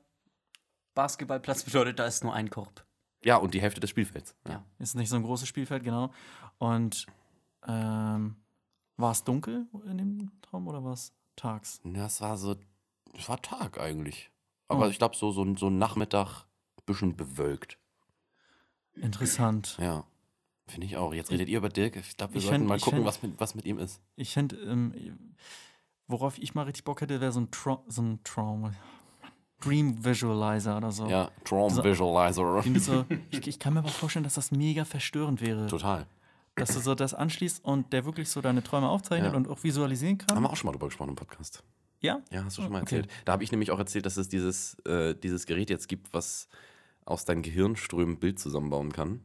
Basketballplatz bedeutet, da ist nur ein Korb.
ja, und die Hälfte des Spielfelds. Ja.
Ja.
Ist nicht so ein großes Spielfeld, genau. Und ähm, war es dunkel in dem Traum oder war es tags?
Na, es Ne, war so, es war Tag eigentlich. Aber
Oh.
ich glaube, so, so, ein- so ein Nachmittag bisschen bewölkt.
Interessant.
Ja. Finde ich auch. Jetzt redet ihr über Dirk. Ich glaube, wir
Ich
sollten
fänd-
mal
ich
gucken,
fänd-
was mit, was mit ihm ist.
Ich fände, ähm, worauf ich mal richtig Bock hätte, wäre so ein, Tra so ein Traum. Dream Visualizer oder so.
Ja, Traum
Oh. So-
Visualizer.
Irgendwie So, ich, ich kann mir aber vorstellen, dass das mega verstörend wäre.
Total.
Dass du so das anschließt und der wirklich so deine Träume aufzeichnet
Ja.
und auch visualisieren
Haben
kann.
wir auch schon mal drüber gesprochen im Podcast.
Ja?
Ja, hast du schon mal
Oh, Okay.
erzählt. Da habe ich nämlich auch erzählt, dass es dieses, äh, dieses Gerät jetzt gibt, was aus deinen Gehirnströmen ein Bild zusammenbauen kann.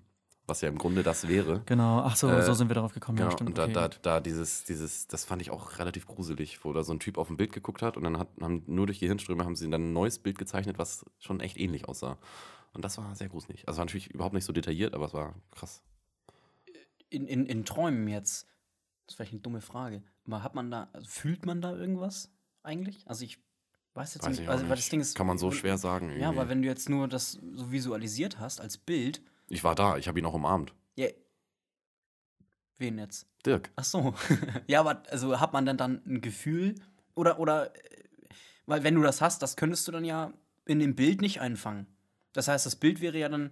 Was ja im Grunde das wäre.
Genau. Ach so,
Äh,
so sind wir darauf gekommen.
Genau,
ja, stimmt.
und da,
okay.
da, da dieses, dieses, das fand ich auch relativ gruselig, wo da so ein Typ auf ein Bild geguckt hat und dann hat, haben nur durch Gehirnströme haben sie dann ein neues Bild gezeichnet, was schon echt ähnlich aussah. Und das war sehr gruselig. Also war natürlich überhaupt nicht so detailliert, aber es war krass.
In, in, in Träumen jetzt. Das ist vielleicht eine dumme Frage. Aber hat man da, also fühlt man da irgendwas eigentlich? Also ich weiß jetzt
Weiß
nicht,
ich auch
also, weil das
nicht.
Ding ist.
Kann man so
und-
schwer sagen. Irgendwie.
Ja, weil wenn du jetzt nur das so visualisiert hast als Bild,
ich war da, ich habe ihn auch umarmt.
ja. Wen jetzt?
Dirk.
Ach so. ja, aber also hat man dann dann ein Gefühl oder oder äh, weil wenn du das hast, das könntest du dann ja in dem Bild nicht einfangen. Das heißt, das Bild wäre ja dann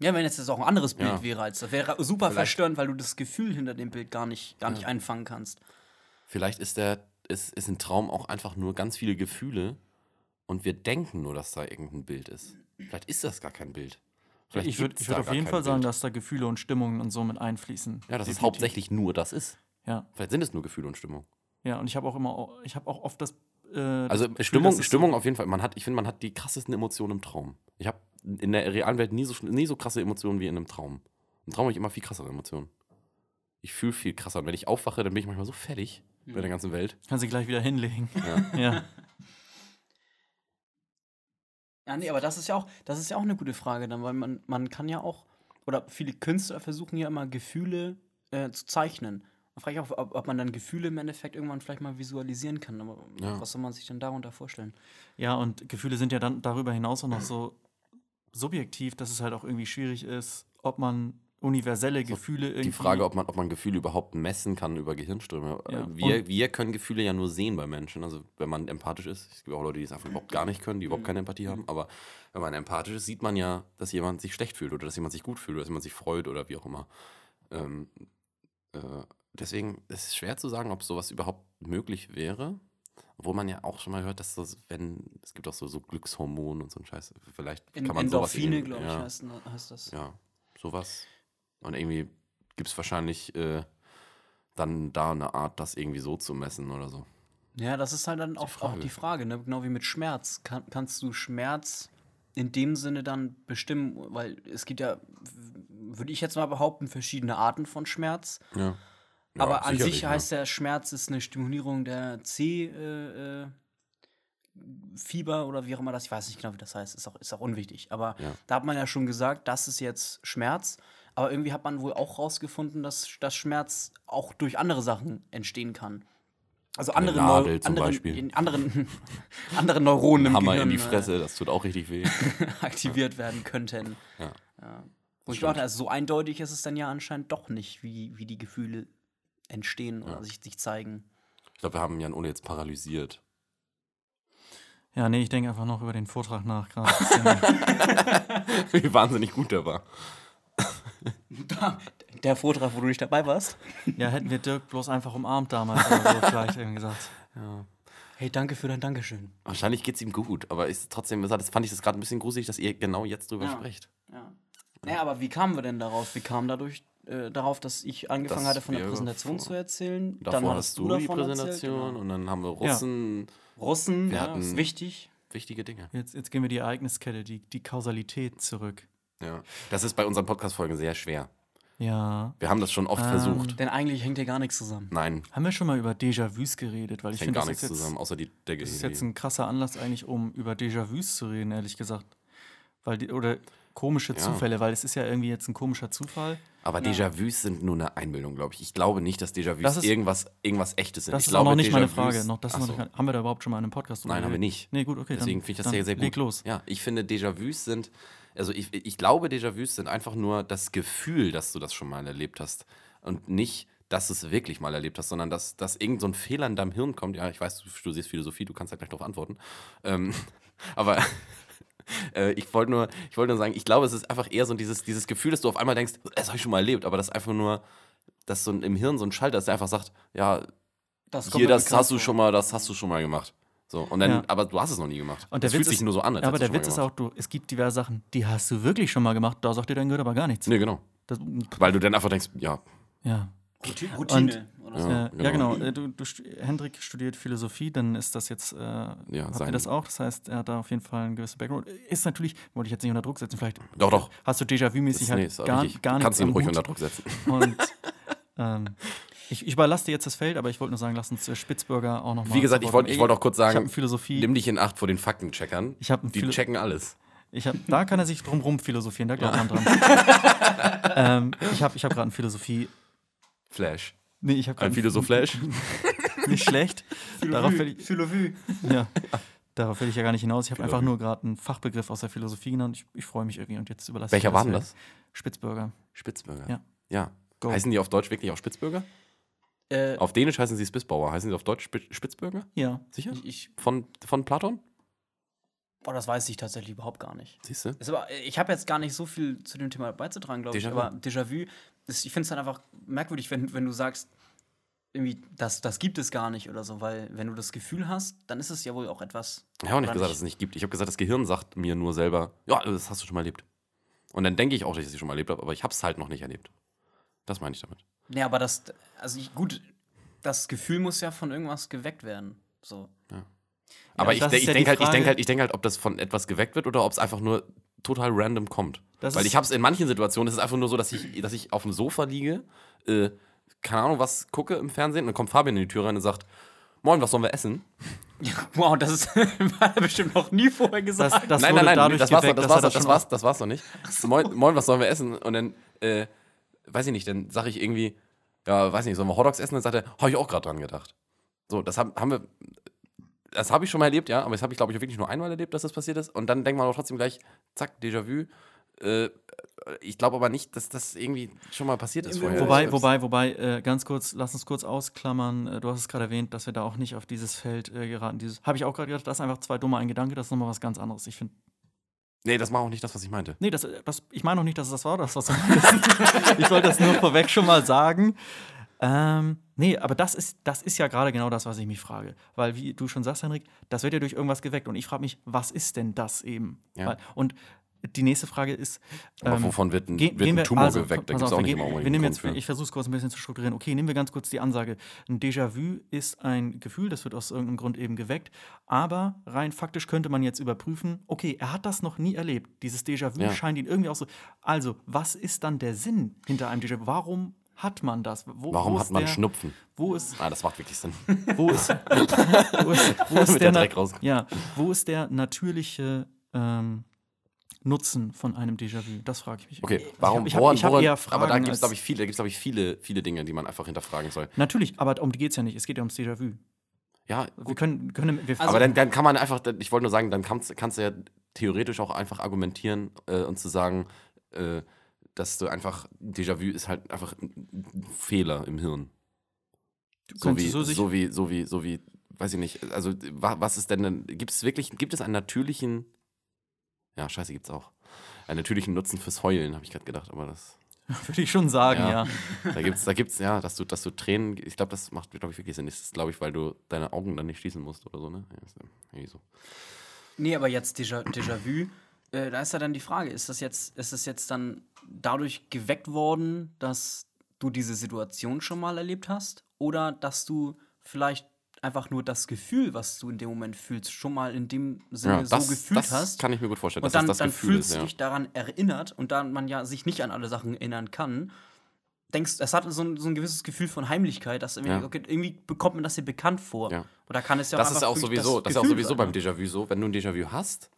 ja, wenn jetzt das auch ein anderes Bild
Ja.
wäre, als das wäre super
Vielleicht-
verstörend, weil du das Gefühl hinter dem Bild gar nicht gar
Ja.
nicht einfangen kannst.
Vielleicht ist der, ist, ist ein Traum auch einfach nur ganz viele Gefühle und wir denken nur, dass da irgendein Bild ist. Vielleicht ist das gar kein Bild. Vielleicht
ich würde
gibt's
ich
da
würd auf
gar
jeden
kein
Fall sagen,
Bild.
dass da Gefühle und Stimmungen und so mit einfließen.
Ja, dass es
Definitiv.
hauptsächlich nur das ist.
Ja,
Vielleicht sind es nur Gefühle und Stimmung.
ja. Und ich habe auch immer, au- ich habe auch oft das. Äh,
Also
das Gefühl, dass
Stimmung,
es-
Stimmung auf jeden Fall. Man hat, ich finde, man hat die krassesten Emotionen im Traum. Ich habe in der realen Welt nie so, schn- nie so krasse Emotionen wie in einem Traum. Im Traum habe ich immer viel krassere Emotionen. Ich fühle viel krasser. Und wenn ich aufwache, dann bin ich manchmal so fertig
Hm.
mit der ganzen Welt.
Kann sie gleich wieder hinlegen.
Ja.
ja.
Ja, nee, aber das ist ja auch, das ist ja auch eine gute Frage dann, weil man, man kann ja auch, oder viele Künstler versuchen ja immer Gefühle äh, zu zeichnen. Da frage ich auch, ob, ob man dann Gefühle im Endeffekt irgendwann vielleicht mal visualisieren kann. Aber
Ja.
was soll man sich denn darunter vorstellen?
Ja, und Gefühle sind ja dann darüber hinaus auch noch so subjektiv, dass es halt auch irgendwie schwierig ist, ob man universelle Gefühle irgendwie.
Die Frage, ob man, ob man Gefühle überhaupt messen kann über Gehirnströme.
Ja.
Äh, Wir, wir können Gefühle ja nur sehen bei Menschen. Also wenn man empathisch ist, es gibt auch Leute, die es einfach überhaupt gar nicht können, die überhaupt keine Empathie haben. Aber wenn man empathisch ist, sieht man ja, dass jemand sich schlecht fühlt oder dass jemand sich gut fühlt oder dass jemand sich freut oder wie auch immer. Ähm, äh, deswegen ist es schwer zu sagen, ob sowas überhaupt möglich wäre. Obwohl man ja auch schon mal hört, dass das, wenn, es gibt auch so, so Glückshormone und so ein Scheiß. Vielleicht
En-
kann man sowas
Endorphine,
irgendwie-
glaube ich,
ja.
heißt, ne, heißt das.
Ja, sowas. Und irgendwie gibt es wahrscheinlich äh, dann da eine Art, das irgendwie so zu messen oder so.
Ja, das ist halt dann auch, auch
Frage.
die Frage, ne? genau wie mit Schmerz. Kann, kannst du Schmerz in dem Sinne dann bestimmen? Weil es gibt ja, würde ich jetzt mal behaupten, verschiedene Arten von Schmerz.
Ja. Ja,
Aber an
sicherlich,
sich
ne?
heißt der Schmerz ist eine Stimulierung der C-Fieber äh, Fieber oder wie auch immer das, ich weiß nicht genau, wie das heißt, ist auch, ist auch unwichtig. Aber
Ja.
da hat man ja schon gesagt, das ist jetzt Schmerz. Aber irgendwie hat man wohl auch rausgefunden, dass, dass Schmerz auch durch andere Sachen entstehen kann. Also
Eine
andere
Nadel zum
anderen,
Beispiel.
In anderen, andere Neuronen im
Hammer
Gehirn
in die
äh,
Fresse, das tut auch richtig weh.
aktiviert werden könnten.
Ja.
Wo ich
stimmt.
dachte, also so eindeutig ist es dann ja anscheinend doch nicht, wie, wie die Gefühle entstehen oder
Ja.
sich, sich zeigen.
Ich glaube, wir haben Jan Ole jetzt paralysiert.
ja, nee, ich denke einfach noch über den Vortrag nach. gerade ein bisschen.
Wie wahnsinnig gut der war.
Der Vortrag, wo du nicht dabei warst.
ja, hätten wir Dirk bloß einfach umarmt damals oder so, vielleicht irgendwie gesagt.
Hey, danke für dein Dankeschön.
Wahrscheinlich geht es ihm gut, aber ist trotzdem, wie gesagt, das fand ich das gerade ein bisschen gruselig, dass ihr genau jetzt drüber
Ja.
sprecht.
Ja. Naja, aber wie kamen wir denn darauf? Wie kamen dadurch äh, darauf, dass ich angefangen
Das
hatte, von der
wäre
Präsentation
vor-
zu erzählen?
Davor
hattest
hast du die
davon erzählt,
Präsentation
genau.
und dann haben wir Russen,
Russen,
Wir
ja,
hatten-
ist wichtig.
wichtige Dinge.
Jetzt, jetzt gehen wir die Ereigniskette, die, die Kausalität zurück.
Ja. Das ist bei unseren Podcast-Folgen sehr schwer.
Ja.
Wir haben das schon oft
Ah,
Ähm,
versucht.
Denn eigentlich hängt ja gar nichts zusammen.
Nein,
Haben wir schon mal über Déjà-vus geredet? Weil ich
hängt
finde,
gar
das,
nichts
ist jetzt-
zusammen, außer die Decke.
das ist
hier,
jetzt
die-
ein krasser Anlass eigentlich, um über Déjà-vus zu reden, ehrlich gesagt. Weil die, oder komische Zufälle, weil es ist ja irgendwie jetzt ein komischer Zufall.
Aber Déjà-vus sind nur eine Einbildung, glaube ich. Ich glaube nicht, dass
Das
Déjà-vus
ist-
irgendwas, irgendwas Echtes sind.
Das
ich
ist
glaube,
auch noch nicht meine
Déjà-vus-
Frage. Noch, das ist
Ach
noch
so.
nicht, haben wir da überhaupt schon mal in einem Podcast drüber
Nein, haben wir
geredet?
nicht.
Nee, gut, okay.
Deswegen finde ich das
dann
sehr, sehr gut.
Leg los.
Ja, ich finde, Déjà-vus sind, also ich, ich glaube, Déjà-vus sind einfach nur das Gefühl, dass du das schon mal erlebt hast. Und nicht, dass du es wirklich mal erlebt hast, sondern dass, dass irgend so ein Fehler in deinem Hirn kommt. Ja, ich weiß, du studierst Philosophie, du kannst ja gleich darauf antworten. Ähm, aber äh, ich wollte nur, ich wollte nur sagen, ich glaube, es ist einfach eher so dieses, dieses Gefühl, dass du auf einmal denkst, das habe ich schon mal erlebt, aber das einfach nur, dass so ein, im Hirn so ein Schalter ist, der einfach sagt, ja,
Das kommt
hier,
mir
das
bekannt
hast du
vor.
schon mal, das hast du schon mal gemacht. So, und dann,
Ja.
aber du hast es noch nie gemacht.
Und der
es
Witz
fühlt sich
ist-
nur so an, als
aber
hättest
der
du
Witz
schon
ist
mal
auch, du, es gibt diverse Sachen, die hast du wirklich schon mal gemacht, da sagt dir dein Gehirn aber gar nichts.
gemacht. Nee, genau.
Das,
Weil du dann einfach denkst, ja,
ja.
Routi- Routine oder so.
Ja,
Ja,
äh,
genau.
ja, genau. Äh, Du, du, stu- Hendrik studiert Philosophie, dann ist das jetzt, äh, habt ihr
sein-
das auch? Das heißt, er hat da auf jeden Fall einen gewissen Background. Ist natürlich, wollte ich jetzt nicht unter Druck setzen, vielleicht
Doch, doch.
hast du Déjà-vu-mäßig
nee,
halt
ist auch
gar,
richtig.
gar nichts
Kannst ihn
am
ruhig
Hut.
unter Druck setzen.
Und ähm, ich, ich überlasse dir jetzt das Feld, aber ich wollte nur sagen, lass uns äh, Spitzbürger auch nochmal.
Wie gesagt, ich wollte ich wollt auch kurz
Ich habe
sagen,
Philosophie.
nimm dich in Acht vor den Faktencheckern.
Ich hab ein
Die
Philo-
checken alles.
Ich hab, da kann er sich drum rum philosophieren, da glaubt man dran. ähm, ich habe ich hab gerade ein Philosophie.
Philosoph-Flash.
Nee, ich habe
Ein
gerade
Philosoph-Flash.
nicht schlecht. Darauf will ich,
Philovü.
ja, darauf will ich ja gar nicht hinaus. Ich habe einfach nur gerade einen Fachbegriff aus der Philosophie genannt. Ich, ich freue mich irgendwie und jetzt überlasse
Welcher
ich dir
war denn
Feld.
das?
Spitzbürger.
Spitzbürger.
Ja.
Ja.
Go.
Heißen die auf Deutsch wirklich auch Spitzbürger?
Äh,
Auf Dänisch heißen sie Spissbauer. Heißen sie auf Deutsch Spitz- Spitzbürger?
Ja.
Sicher?
ich,
Von, von Platon?
boah, das weiß ich tatsächlich überhaupt gar nicht.
Siehst du?
Ist aber, äh, ich habe jetzt gar nicht so viel zu dem Thema beizutragen, glaube ich.
Déjà-vu.
Aber Déjà-vu, ist- ich finde es dann einfach merkwürdig, wenn, wenn du sagst, irgendwie, das, das gibt es gar nicht oder so, weil wenn du das Gefühl hast, dann ist es ja wohl auch etwas.
Ich habe auch nicht
Oder
gesagt,
nicht?
dass es nicht gibt. Ich habe gesagt, das Gehirn sagt mir nur selber, ja, das hast du schon mal erlebt. Und dann denke ich auch, dass ich es schon mal erlebt habe, aber ich habe es halt noch nicht erlebt. Das meine ich damit.
Nee, aber das, also ich, gut, das Gefühl muss ja von irgendwas geweckt werden. So.
Aber
das
ich, de
ist
ich
ja die
denke halt, ich
Frage.
denk halt, ich denk halt, ob das von etwas geweckt wird oder ob es einfach nur total random kommt.
Das
Weil
ist-
ich habe es in manchen Situationen, es ist einfach nur so, dass ich, dass ich auf dem Sofa liege, äh, keine Ahnung, was gucke im Fernsehen und dann kommt Fabian in die Tür rein und sagt, Moin, was sollen wir essen?
Wow, das ist, war bestimmt noch nie vorher
Das,
gesagt.
das
nein,
wurde
nein, nein,
dadurch
das war's, noch,
geweckt,
das,
dass er
war's, noch, das,
schon-
war's, das war's noch nicht. Moin, moin, was sollen wir essen? Und dann, äh, weiß ich nicht, dann sage ich irgendwie, ja, weiß nicht, sollen wir Hotdogs essen? Dann sagt er, habe ich auch gerade dran gedacht. So, das hab, haben wir, das habe ich schon mal erlebt, ja, aber das habe ich, glaube ich, wirklich nur einmal erlebt, dass das passiert ist. Und dann denkt man aber trotzdem gleich, zack, Déjà-vu. Äh, ich glaube aber nicht, dass das irgendwie schon mal passiert ist vorher.
Äh, Wobei,
Das-
wobei, wobei, äh, ganz kurz, lass uns kurz ausklammern. Äh, du hast es gerade erwähnt, dass wir da auch nicht auf dieses Feld äh, geraten. Dieses habe ich auch gerade gedacht, das ist einfach zwei dumme ein Gedanke, das ist nochmal was ganz anderes. Ich finde,
Nee, das war auch nicht das, was ich meinte.
nee, das, äh, das, ich meine auch nicht, dass es das war, das was du meinst. Ich wollte das nur vorweg schon mal sagen. Ähm, nee, aber das ist, das ist ja gerade genau das, was ich mich frage. Weil, wie du schon sagst, Henrik, das wird ja durch irgendwas geweckt. Und ich frage mich, was ist denn das eben?
Ja.
Weil, und die nächste Frage ist.
Aber
ähm,
wovon wird ein,
Gehen,
wird
gehen
ein
wir,
Tumor
also,
geweckt? Da
pass
gibt
auf,
es auch
wir
nicht
gehen-
immer um unbedingt
wir nehmen
einen
jetzt,
Grund
Ich versuche es kurz ein bisschen zu strukturieren. Okay, nehmen wir ganz kurz die Ansage. Ein Déjà-vu ist ein Gefühl, das wird aus irgendeinem Grund eben geweckt. Aber rein faktisch könnte man jetzt überprüven, okay, er hat das noch nie erlebt. Dieses Déjà-vu
Ja.
scheint ihn irgendwie auch so. Also, was ist dann der Sinn hinter einem Déjà-vu? Warum hat man das? Wo,
für. Warum
wo
hat
ist
man
der,
Schnupfen?
Wo ist,
Ah, das macht wirklich Sinn.
wo ist, wo ist, wo ist
Mit
der,
der
na-
Dreck raus.
ja, wo ist der natürliche ähm, Nutzen von einem Déjà-vu? Das frage ich mich.
Okay,
Also
warum?
Ich habe
woran-
ich hab, ich hab
woran-
eher Fragen.
aber da gibt es,
als-
glaube ich, viele, da gibt's, glaub ich, viele, viele Dinge, die man einfach hinterfragen soll.
Natürlich, aber um die geht es ja nicht. Es geht ja ums Déjà-vu. Wir
Ja, gut. Also-
können, können wir
aber dann, dann kann man einfach, dann- ich wollte nur sagen, dann kannst, kannst du ja theoretisch auch einfach argumentieren äh, und zu sagen, äh, dass du einfach, Déjà-vu ist halt einfach ein ein Fehler im Hirn.
du
So
könntest
wie, so,
sich-
wie, so wie, so wie, weiß ich nicht, also wa- was ist denn, denn gibt es wirklich, gibt es einen natürlichen, ja, scheiße, gibt's auch, einen natürlichen Nutzen fürs Heulen, habe ich gerade gedacht, aber das,
würde ich schon sagen, ja.
Ja. da gibt's, da gibt's, ja, dass du, dass du Tränen, ich glaube, das macht, glaube ich, wirklich Sinn, das ist, glaube ich, weil du deine Augen dann nicht schließen musst oder so, ne? Ja, ist, äh, irgendwie so.
Nee, aber jetzt Déjà- Déjà-vu, äh, da ist ja dann die Frage, ist das, jetzt, ist das jetzt dann dadurch geweckt worden, dass du diese Situation schon mal erlebt hast? Oder dass du vielleicht einfach nur das Gefühl, was du in dem Moment fühlst, schon mal in dem Sinne
Ja, das,
so gefühlt
das
hast?
kann ich mir gut vorstellen,
und
dass
dann,
das das
dann
Gefühl
fühlst
ist,
du
ja.
dich daran erinnert und da man ja sich nicht an alle Sachen erinnern kann, denkst, es hat so ein, so ein gewisses Gefühl von Heimlichkeit, dass irgendwie,
Ja.
okay, irgendwie bekommt man das hier bekannt vor.
Ja.
Oder kann es ja
Das ist
einfach
auch
wirklich
sowieso, das ist auch
Gefühl
sowieso
sein,
beim
ne?
Déjà-vu so, wenn du ein Déjà-vu hast,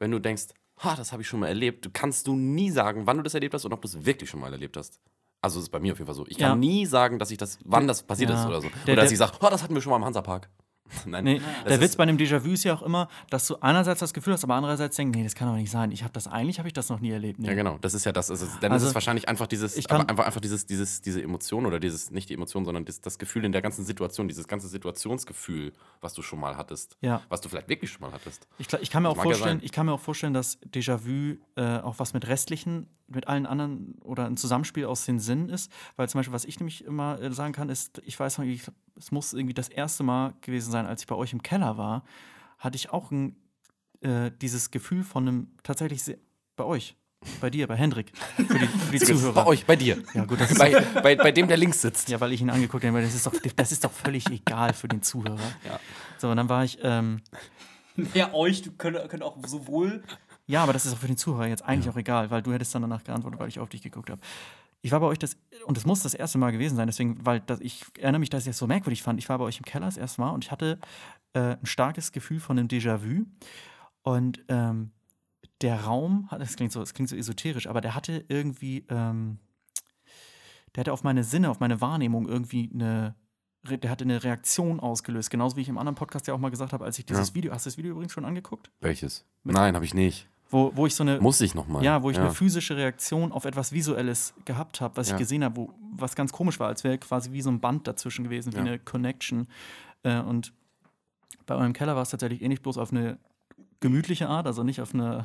wenn du denkst, ha, das habe ich schon mal erlebt, du kannst du nie sagen, wann du das erlebt hast und ob du es wirklich schon mal erlebt hast. Also das ist bei mir auf jeden Fall so. Ich
Ja.
kann nie sagen, dass ich das, wann das passiert
Ja.
ist oder so. Oder
Der-
dass
der-
ich sage, oh, das hatten wir schon mal im Hansapark. Nein,
Nee,
das
der
ist-
Witz bei einem Déjà-vu ist ja auch immer, dass du einerseits das Gefühl hast, aber andererseits denkst, nee, das kann doch nicht sein. Ich habe das eigentlich, habe ich das noch nie erlebt. Nee.
Ja, genau. Das ist ja das. Also, dann
Also,
ist es wahrscheinlich einfach dieses,
ich kann-
aber einfach, einfach dieses, dieses, diese Emotion oder dieses, nicht die Emotion, sondern das, das Gefühl in der ganzen Situation, dieses ganze Situationsgefühl, was du schon mal hattest.
Ja.
Was du vielleicht wirklich schon mal hattest.
Ich, gla- ich, kann mir
Das
auch
mag ja
vorstellen,
sein.
ich kann mir auch vorstellen, dass Déjà-vu äh, auch was mit restlichen, mit allen anderen oder ein Zusammenspiel aus den Sinnen ist. Weil zum Beispiel, was ich nämlich immer äh, sagen kann, ist, ich weiß noch, ich, glaub, es muss irgendwie das erste Mal gewesen sein, als ich bei euch im Keller war, hatte ich auch ein, äh, dieses Gefühl von einem tatsächlich sehr, bei euch. Bei dir, bei Hendrik. Für die, für die
Bei
Zuhörer.
euch, bei dir.
Ja, gut, das ist
bei, bei, bei dem, der links sitzt.
Ja, weil ich ihn angeguckt habe, das ist doch, das ist doch völlig egal für den Zuhörer.
Ja.
So, und dann war ich, ähm,
Ja, euch du könnt, könnt auch sowohl.
ja, aber das ist auch für den Zuhörer jetzt eigentlich auch egal, weil du hättest dann danach geantwortet, weil ich auf dich geguckt habe. Ich war bei euch das, und das muss das erste Mal gewesen sein, deswegen, weil das, ich erinnere mich, dass ich das so merkwürdig fand. Ich war bei euch im Keller das erste Mal und ich hatte äh, ein starkes Gefühl von einem Déjà-vu. Und ähm, der Raum, hat- das klingt, so, das klingt so esoterisch, aber der hatte irgendwie, ähm, der hatte auf meine Sinne, auf meine Wahrnehmung irgendwie eine, re- der hatte eine Reaktion ausgelöst. Genauso wie ich im anderen Podcast ja auch mal gesagt habe, als ich dieses
Ja.
Video, hast du das Video übrigens schon angeguckt?
Welches? Nein, habe ich nicht.
Wo, wo ich so eine,
Muss ich nochmal.
ja, wo ich eine physische Reaktion auf etwas Visuelles gehabt habe, was
Ja.
ich gesehen habe, wo was ganz komisch war, als wäre quasi wie so ein Band dazwischen gewesen, wie
Ja.
eine Connection. Äh, und bei eurem Keller war es tatsächlich ähnlich, bloß auf eine gemütliche Art, also nicht auf eine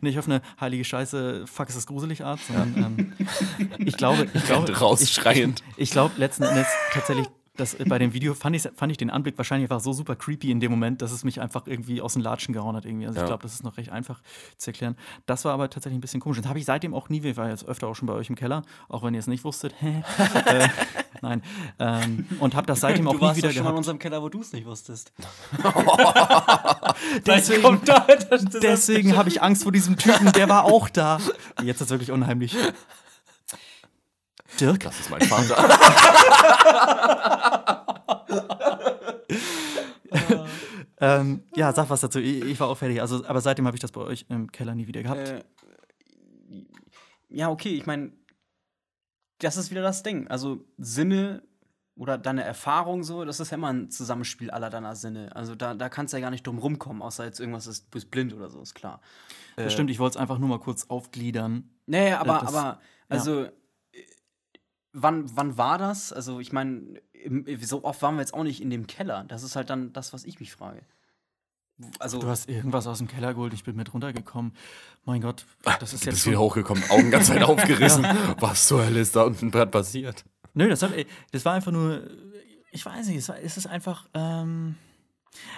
nicht auf eine heilige Scheiße, fuck ist das gruselig Art, sondern ähm, ich glaube, ich glaube,
Rausschreiend.
ich glaube letzten Endes tatsächlich, dass äh, bei dem Video fand ich, fand ich den Anblick wahrscheinlich einfach so super creepy in dem Moment, dass es mich einfach irgendwie aus den Latschen gehauen hat irgendwie. Also
Ja.
ich glaube, das ist noch recht einfach zu erklären. Das war aber tatsächlich ein bisschen komisch. Das habe ich seitdem auch nie, ich war jetzt öfter auch schon bei euch im Keller, auch wenn ihr es nicht wusstet. Hä? äh, nein. Ähm, und habe das seitdem auch
du
nie
warst
wieder
doch schon mal in
gehabt.
unserem Keller, wo du es nicht wusstest.
Deswegen-
da, das, das
Deswegen habe ich Angst vor diesem Typen, der war auch da. Jetzt ist wirklich unheimlich. Dirk?
Das ist mein Vater.
Ähm, ja, sag was dazu. Ich, ich war auch fertig. Also, aber seitdem habe ich das bei euch im Keller nie wieder gehabt.
Äh, ja, okay, ich meine, das ist wieder das Ding. Also Sinne oder deine Erfahrung so, das ist ja immer ein Zusammenspiel aller deiner Sinne. Also da, da kannst du ja gar nicht drum rumkommen, außer jetzt irgendwas ist, du bist blind oder so, ist klar.
Das
äh.
stimmt, ich wollte es einfach nur mal kurz aufgliedern.
Nee, aber,
Äh, das-
aber also äh, wann, wann war das? Also ich meine, im- äh, so oft waren wir jetzt auch nicht in dem Keller. Das ist halt dann das, was ich mich frage. Also
Du hast irgendwas aus dem Keller geholt, ich bin mit runtergekommen. Mein Gott, das ist jetzt.
Ah, Bist wieder
Schon,
hochgekommen, Augen ganz weit aufgerissen. Was zur Hölle ist da unten gerade passiert?
nö, das, hat, das war einfach nur. Ich weiß nicht, es, war, es ist einfach. Ähm,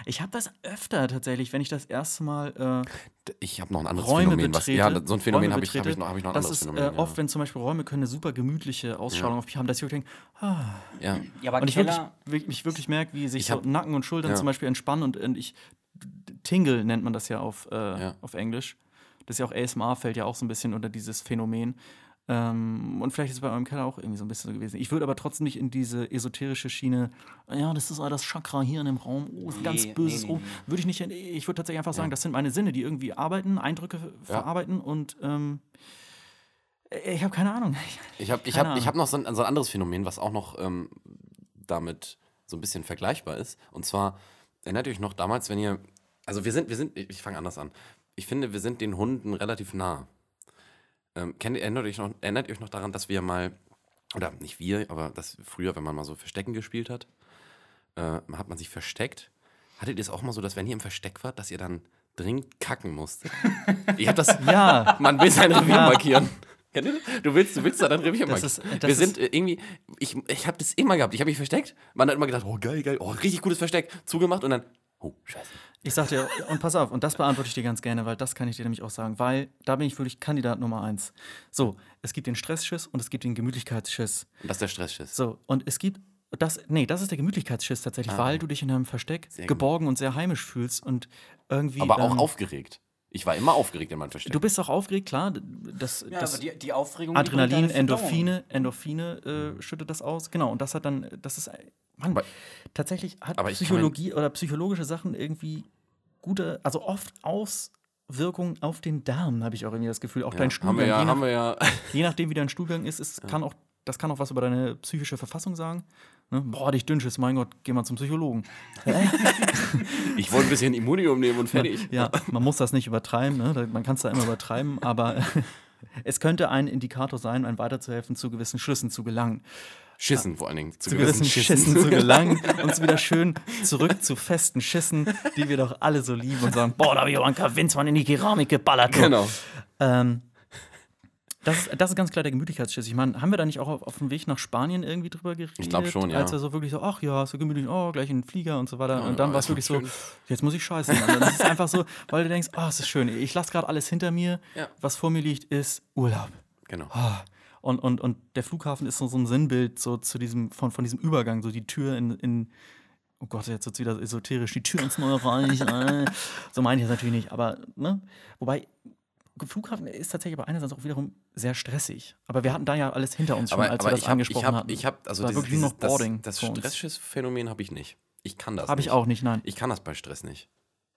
ich habe das öfter tatsächlich, wenn ich das erste Mal. Äh,
Ich habe noch ein anderes
Räume
Phänomen. Was,
betrete.
ja, so ein Phänomen
Räume
habe ich, hab
betrete.
ich noch, hab ich noch ein
das
anderes
ist
Phänomen.
äh, oft, wenn zum Beispiel Räume können eine super gemütliche Ausstrahlung
Ja.
auf mich haben, dass ich wirklich denke, ah,
ja. ja.
ja, aber
und ich wirklich,
Keller,
wirklich, mich wirklich merke, wie sich
Ich hab-
so Nacken und Schultern
ja.
zum Beispiel entspannen und, und ich tingle nennt man das ja auf, äh,
Ja.
auf Englisch. Das ist ja auch ASMR fällt ja auch so ein bisschen unter dieses Phänomen. Ähm, und vielleicht ist es bei eurem Keller auch irgendwie so ein bisschen so gewesen. Ich würde aber trotzdem nicht in diese esoterische Schiene, ja, das ist all das Chakra hier in dem Raum, oh, ist ein ganz
Nee,
böses
nee, nee,
Rum. Würde ich nicht, in- ich würde tatsächlich einfach sagen, das sind meine Sinne, die irgendwie arbeiten, Eindrücke verarbeiten und ähm, ich habe keine Ahnung.
Ich habe ich
Keine
hab, ich
Ahnung.
hab noch so ein, so ein anderes Phänomen, was auch noch ähm, damit so ein bisschen vergleichbar ist. Und zwar erinnert ihr euch noch damals, wenn ihr. Also wir sind, wir sind, ich fange anders an. Ich finde, wir sind den Hunden relativ nah. Ähm, kennt, ihr- erinnert, euch noch, erinnert ihr euch noch daran, dass wir mal, oder nicht wir, aber das früher, wenn man mal so Verstecken gespielt hat, äh, hat man sich versteckt. Hattet ihr es auch mal so, dass wenn ihr im Versteck wart, dass ihr dann dringend kacken musstet? ich hab das,
Ja.
man will sein Revier
Ja.
markieren. Kennt ihr das? Du willst, du willst da dein Revier
Das
markieren.
ist- das
Wir
ist-
sind äh, irgendwie, ich, ich habe das immer gehabt. Ich habe mich versteckt. Man hat immer gedacht, oh geil, geil, oh richtig gutes Versteck. Zugemacht und dann, oh scheiße.
Ich sag dir, und pass auf, und das beantworte ich dir ganz gerne, weil das kann ich dir nämlich auch sagen, weil da bin ich wirklich Kandidat Nummer eins. So, es gibt den Stressschiss und es gibt den Gemütlichkeitsschiss.
Und das ist der Stressschiss.
So, und es gibt das, nee, das ist der Gemütlichkeitsschiss tatsächlich,
Ah.
weil du dich in einem Versteck
Sehr gut.
geborgen und sehr heimisch fühlst und irgendwie.
Aber auch
ähm,
aufgeregt. Ich war immer aufgeregt in meinem Versteck.
Du bist auch aufgeregt, klar. Das,
ja,
das
aber die, die Aufregung. die bringt
Adrenalin,
deine Verdauung.
Endorphine, Endorphine äh, schüttet das aus. Genau, und das hat dann, das ist, Mann,
Aber-
tatsächlich hat
aber ich kann mir-
Psychologie oder psychologische Sachen irgendwie gute, also oft Auswirkungen auf den Darm, habe ich auch irgendwie das Gefühl. Auch
ja,
dein
haben
Stuhlgang,
wir ja,
je, nach,
haben wir ja.
je nachdem, wie dein Stuhlgang ist, ist kann auch, das kann auch was über deine psychische Verfassung sagen. Ne? Boah, dich dünnsches, mein Gott, geh mal zum Psychologen.
Ich wollte ein bisschen Immunium nehmen und fertig.
Ja, man muss das nicht übertreiben, ne? Da- man kann es da immer übertreiben, aber es könnte ein Indikator sein, einem weiterzuhelfen, zu gewissen Schlüssen zu gelangen.
Schissen vor allen Dingen.
zu gewissen Schissen zu gelangen, uns wieder schön zurück zu festen Schissen, die wir doch alle so lieben und sagen, boah, da habe ich aber einen Kavinzmann in die Keramik geballert. du.
Genau.
Ähm, Das ist, das ist ganz klar der Gemütlichkeitsschiss. Ich meine, haben wir da nicht auch auf, auf dem Weg nach Spanien irgendwie drüber geredet?
glaub schon, ja.
Als wir so wirklich so, ach ja, so gemütlich, oh, gleich in den Flieger und so weiter.
Ja,
und dann
ja,
war es
ist doch
wirklich so,
schön.
jetzt muss ich scheißen. Und das ist einfach so, weil du denkst, oh, es ist schön, ich lasse gerade alles hinter mir.
Ja.
Was vor mir liegt, ist Urlaub.
Genau.
Ah, Und, und, und der Flughafen ist so, so ein Sinnbild so zu diesem, von, von diesem Übergang, so die Tür in, in oh Gott, jetzt wird wieder esoterisch, die Tür ins neue Reich. äh. so meine ich das natürlich nicht, aber ne? Wobei, Flughafen ist tatsächlich aber einerseits auch wiederum sehr stressig. Aber wir hatten da ja alles hinter uns schon, als wir das
hab-
angesprochen
ich hab,
hatten.
ich hab, also
War
dieses,
wirklich nur
dieses,
noch Boarding
das,
vor
das
uns.
Stressphänomen habe ich nicht. Ich kann das
Habe ich
nicht.
auch nicht, nein.
Ich kann das bei Stress nicht.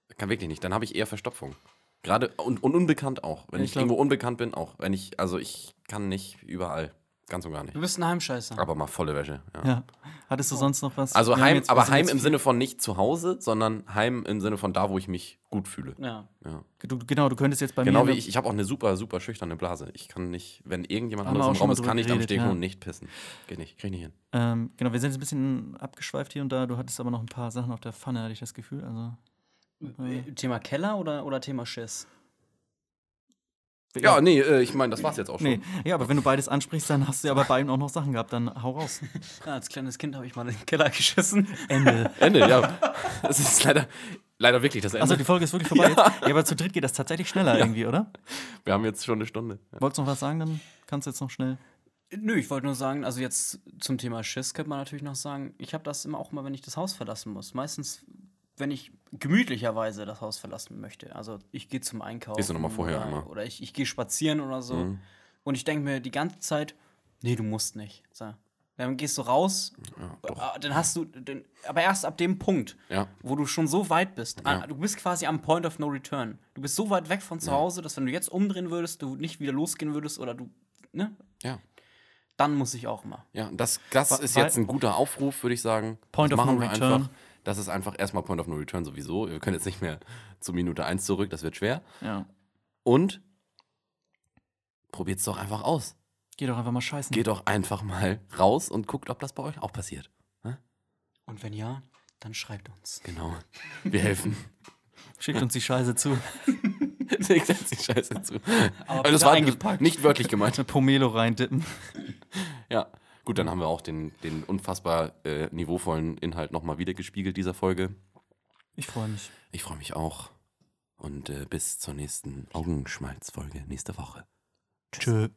Ich kann wirklich nicht. Dann habe ich eher Verstopfung. Gerade und, und unbekannt auch. Wenn
Ja,
ich,
ich glaub-
irgendwo unbekannt bin, auch. Wenn ich, also ich kann nicht überall. Ganz und gar nicht.
Du bist ein Heimscheißer.
Aber mal volle Wäsche. Ja.
ja. Hattest du sonst noch was?
Also
Wir haben
Heim,
jetzt- wir
aber
sind
Heim
jetzt
im
viel-
Sinne von nicht zu Hause, sondern Heim im Sinne von da, wo ich mich gut fühle.
ja.
Ja.
Du, genau, du könntest jetzt bei
Genau
mir.
wie ich. Ich habe auch eine super, super schüchterne Blase. Ich kann nicht, wenn irgendjemand
Haben wir
anderes
auch
im
schon
Raum
mal
ist, kann
drüber
ich am
geredet,
Stehen
ja.
und nicht pissen. Geht nicht. Krieg ich nicht hin.
Ähm, genau, wir sind jetzt ein bisschen abgeschweift hier und da. Du hattest aber noch ein paar Sachen auf der Pfanne, hatte ich das Gefühl. Also,
Äh, Thema Keller oder, oder Thema Schiss?
Ja, nee, äh, ich meine, das war's jetzt auch schon.
Nee, ja, aber wenn du beides ansprichst, dann hast du ja bei beiden auch noch Sachen gehabt, dann hau raus.
Ja, als kleines Kind habe ich mal in den Keller geschissen.
Ende.
Ende, ja. Das ist leider, leider wirklich das Ende.
Also die Folge ist wirklich vorbei. Ja. Jetzt. ja, aber zu dritt geht das tatsächlich schneller irgendwie, oder?
Wir haben jetzt schon eine Stunde. Ja.
Wolltest du noch was sagen, dann kannst du jetzt noch schnell.
Nö, ich wollte nur sagen, also jetzt zum Thema Schiss könnte man natürlich noch sagen, ich habe das immer auch mal, wenn ich das Haus verlassen muss. Meistens, wenn ich gemütlicherweise das Haus verlassen möchte. Also ich gehe zum Einkaufen.
Gehst du noch mal vorher Mhm.
oder,
einmal.
Oder ich, ich gehe spazieren oder so. Und ich denke mir die ganze Zeit, nee, du musst nicht. So. Dann gehst du raus, ah, dann hast du, dann, aber erst ab dem Punkt,
Ja.
wo du schon so weit bist.
Ja.
Ah, Du bist quasi am Point of No Return. Du bist so weit weg von zu Hause, dass wenn du jetzt umdrehen würdest, du nicht wieder losgehen würdest oder du, ne?
Ja.
Dann muss ich auch mal.
Ja, und das, das ist
weil-
jetzt ein guter Aufruf, würde ich sagen.
Point
das
of
machen
no
wir
return.
Einfach. Das ist einfach erstmal Point of No Return sowieso. Wir können jetzt nicht mehr zu Minute 1 zurück, das wird schwer.
Ja.
Und probiert's doch einfach aus.
Geh doch einfach mal scheißen.
Geht doch einfach mal raus und guckt, ob das bei euch auch passiert.
Und wenn ja, dann schreibt uns.
Genau. Wir helfen.
Schickt uns die Scheiße zu.
Ich setz die Scheiße zu.
Aber
Also das
bitte
war
eingepackt.
nicht wörtlich gemeint.
Eine Pomelo reindippen.
Ja, gut, dann haben wir auch den, den unfassbar äh, niveauvollen Inhalt nochmal wiedergespiegelt dieser Folge.
Ich freue mich.
Ich freue mich auch. Und äh, bis zur nächsten Augenschmalz-Folge nächste Woche.
Tschö.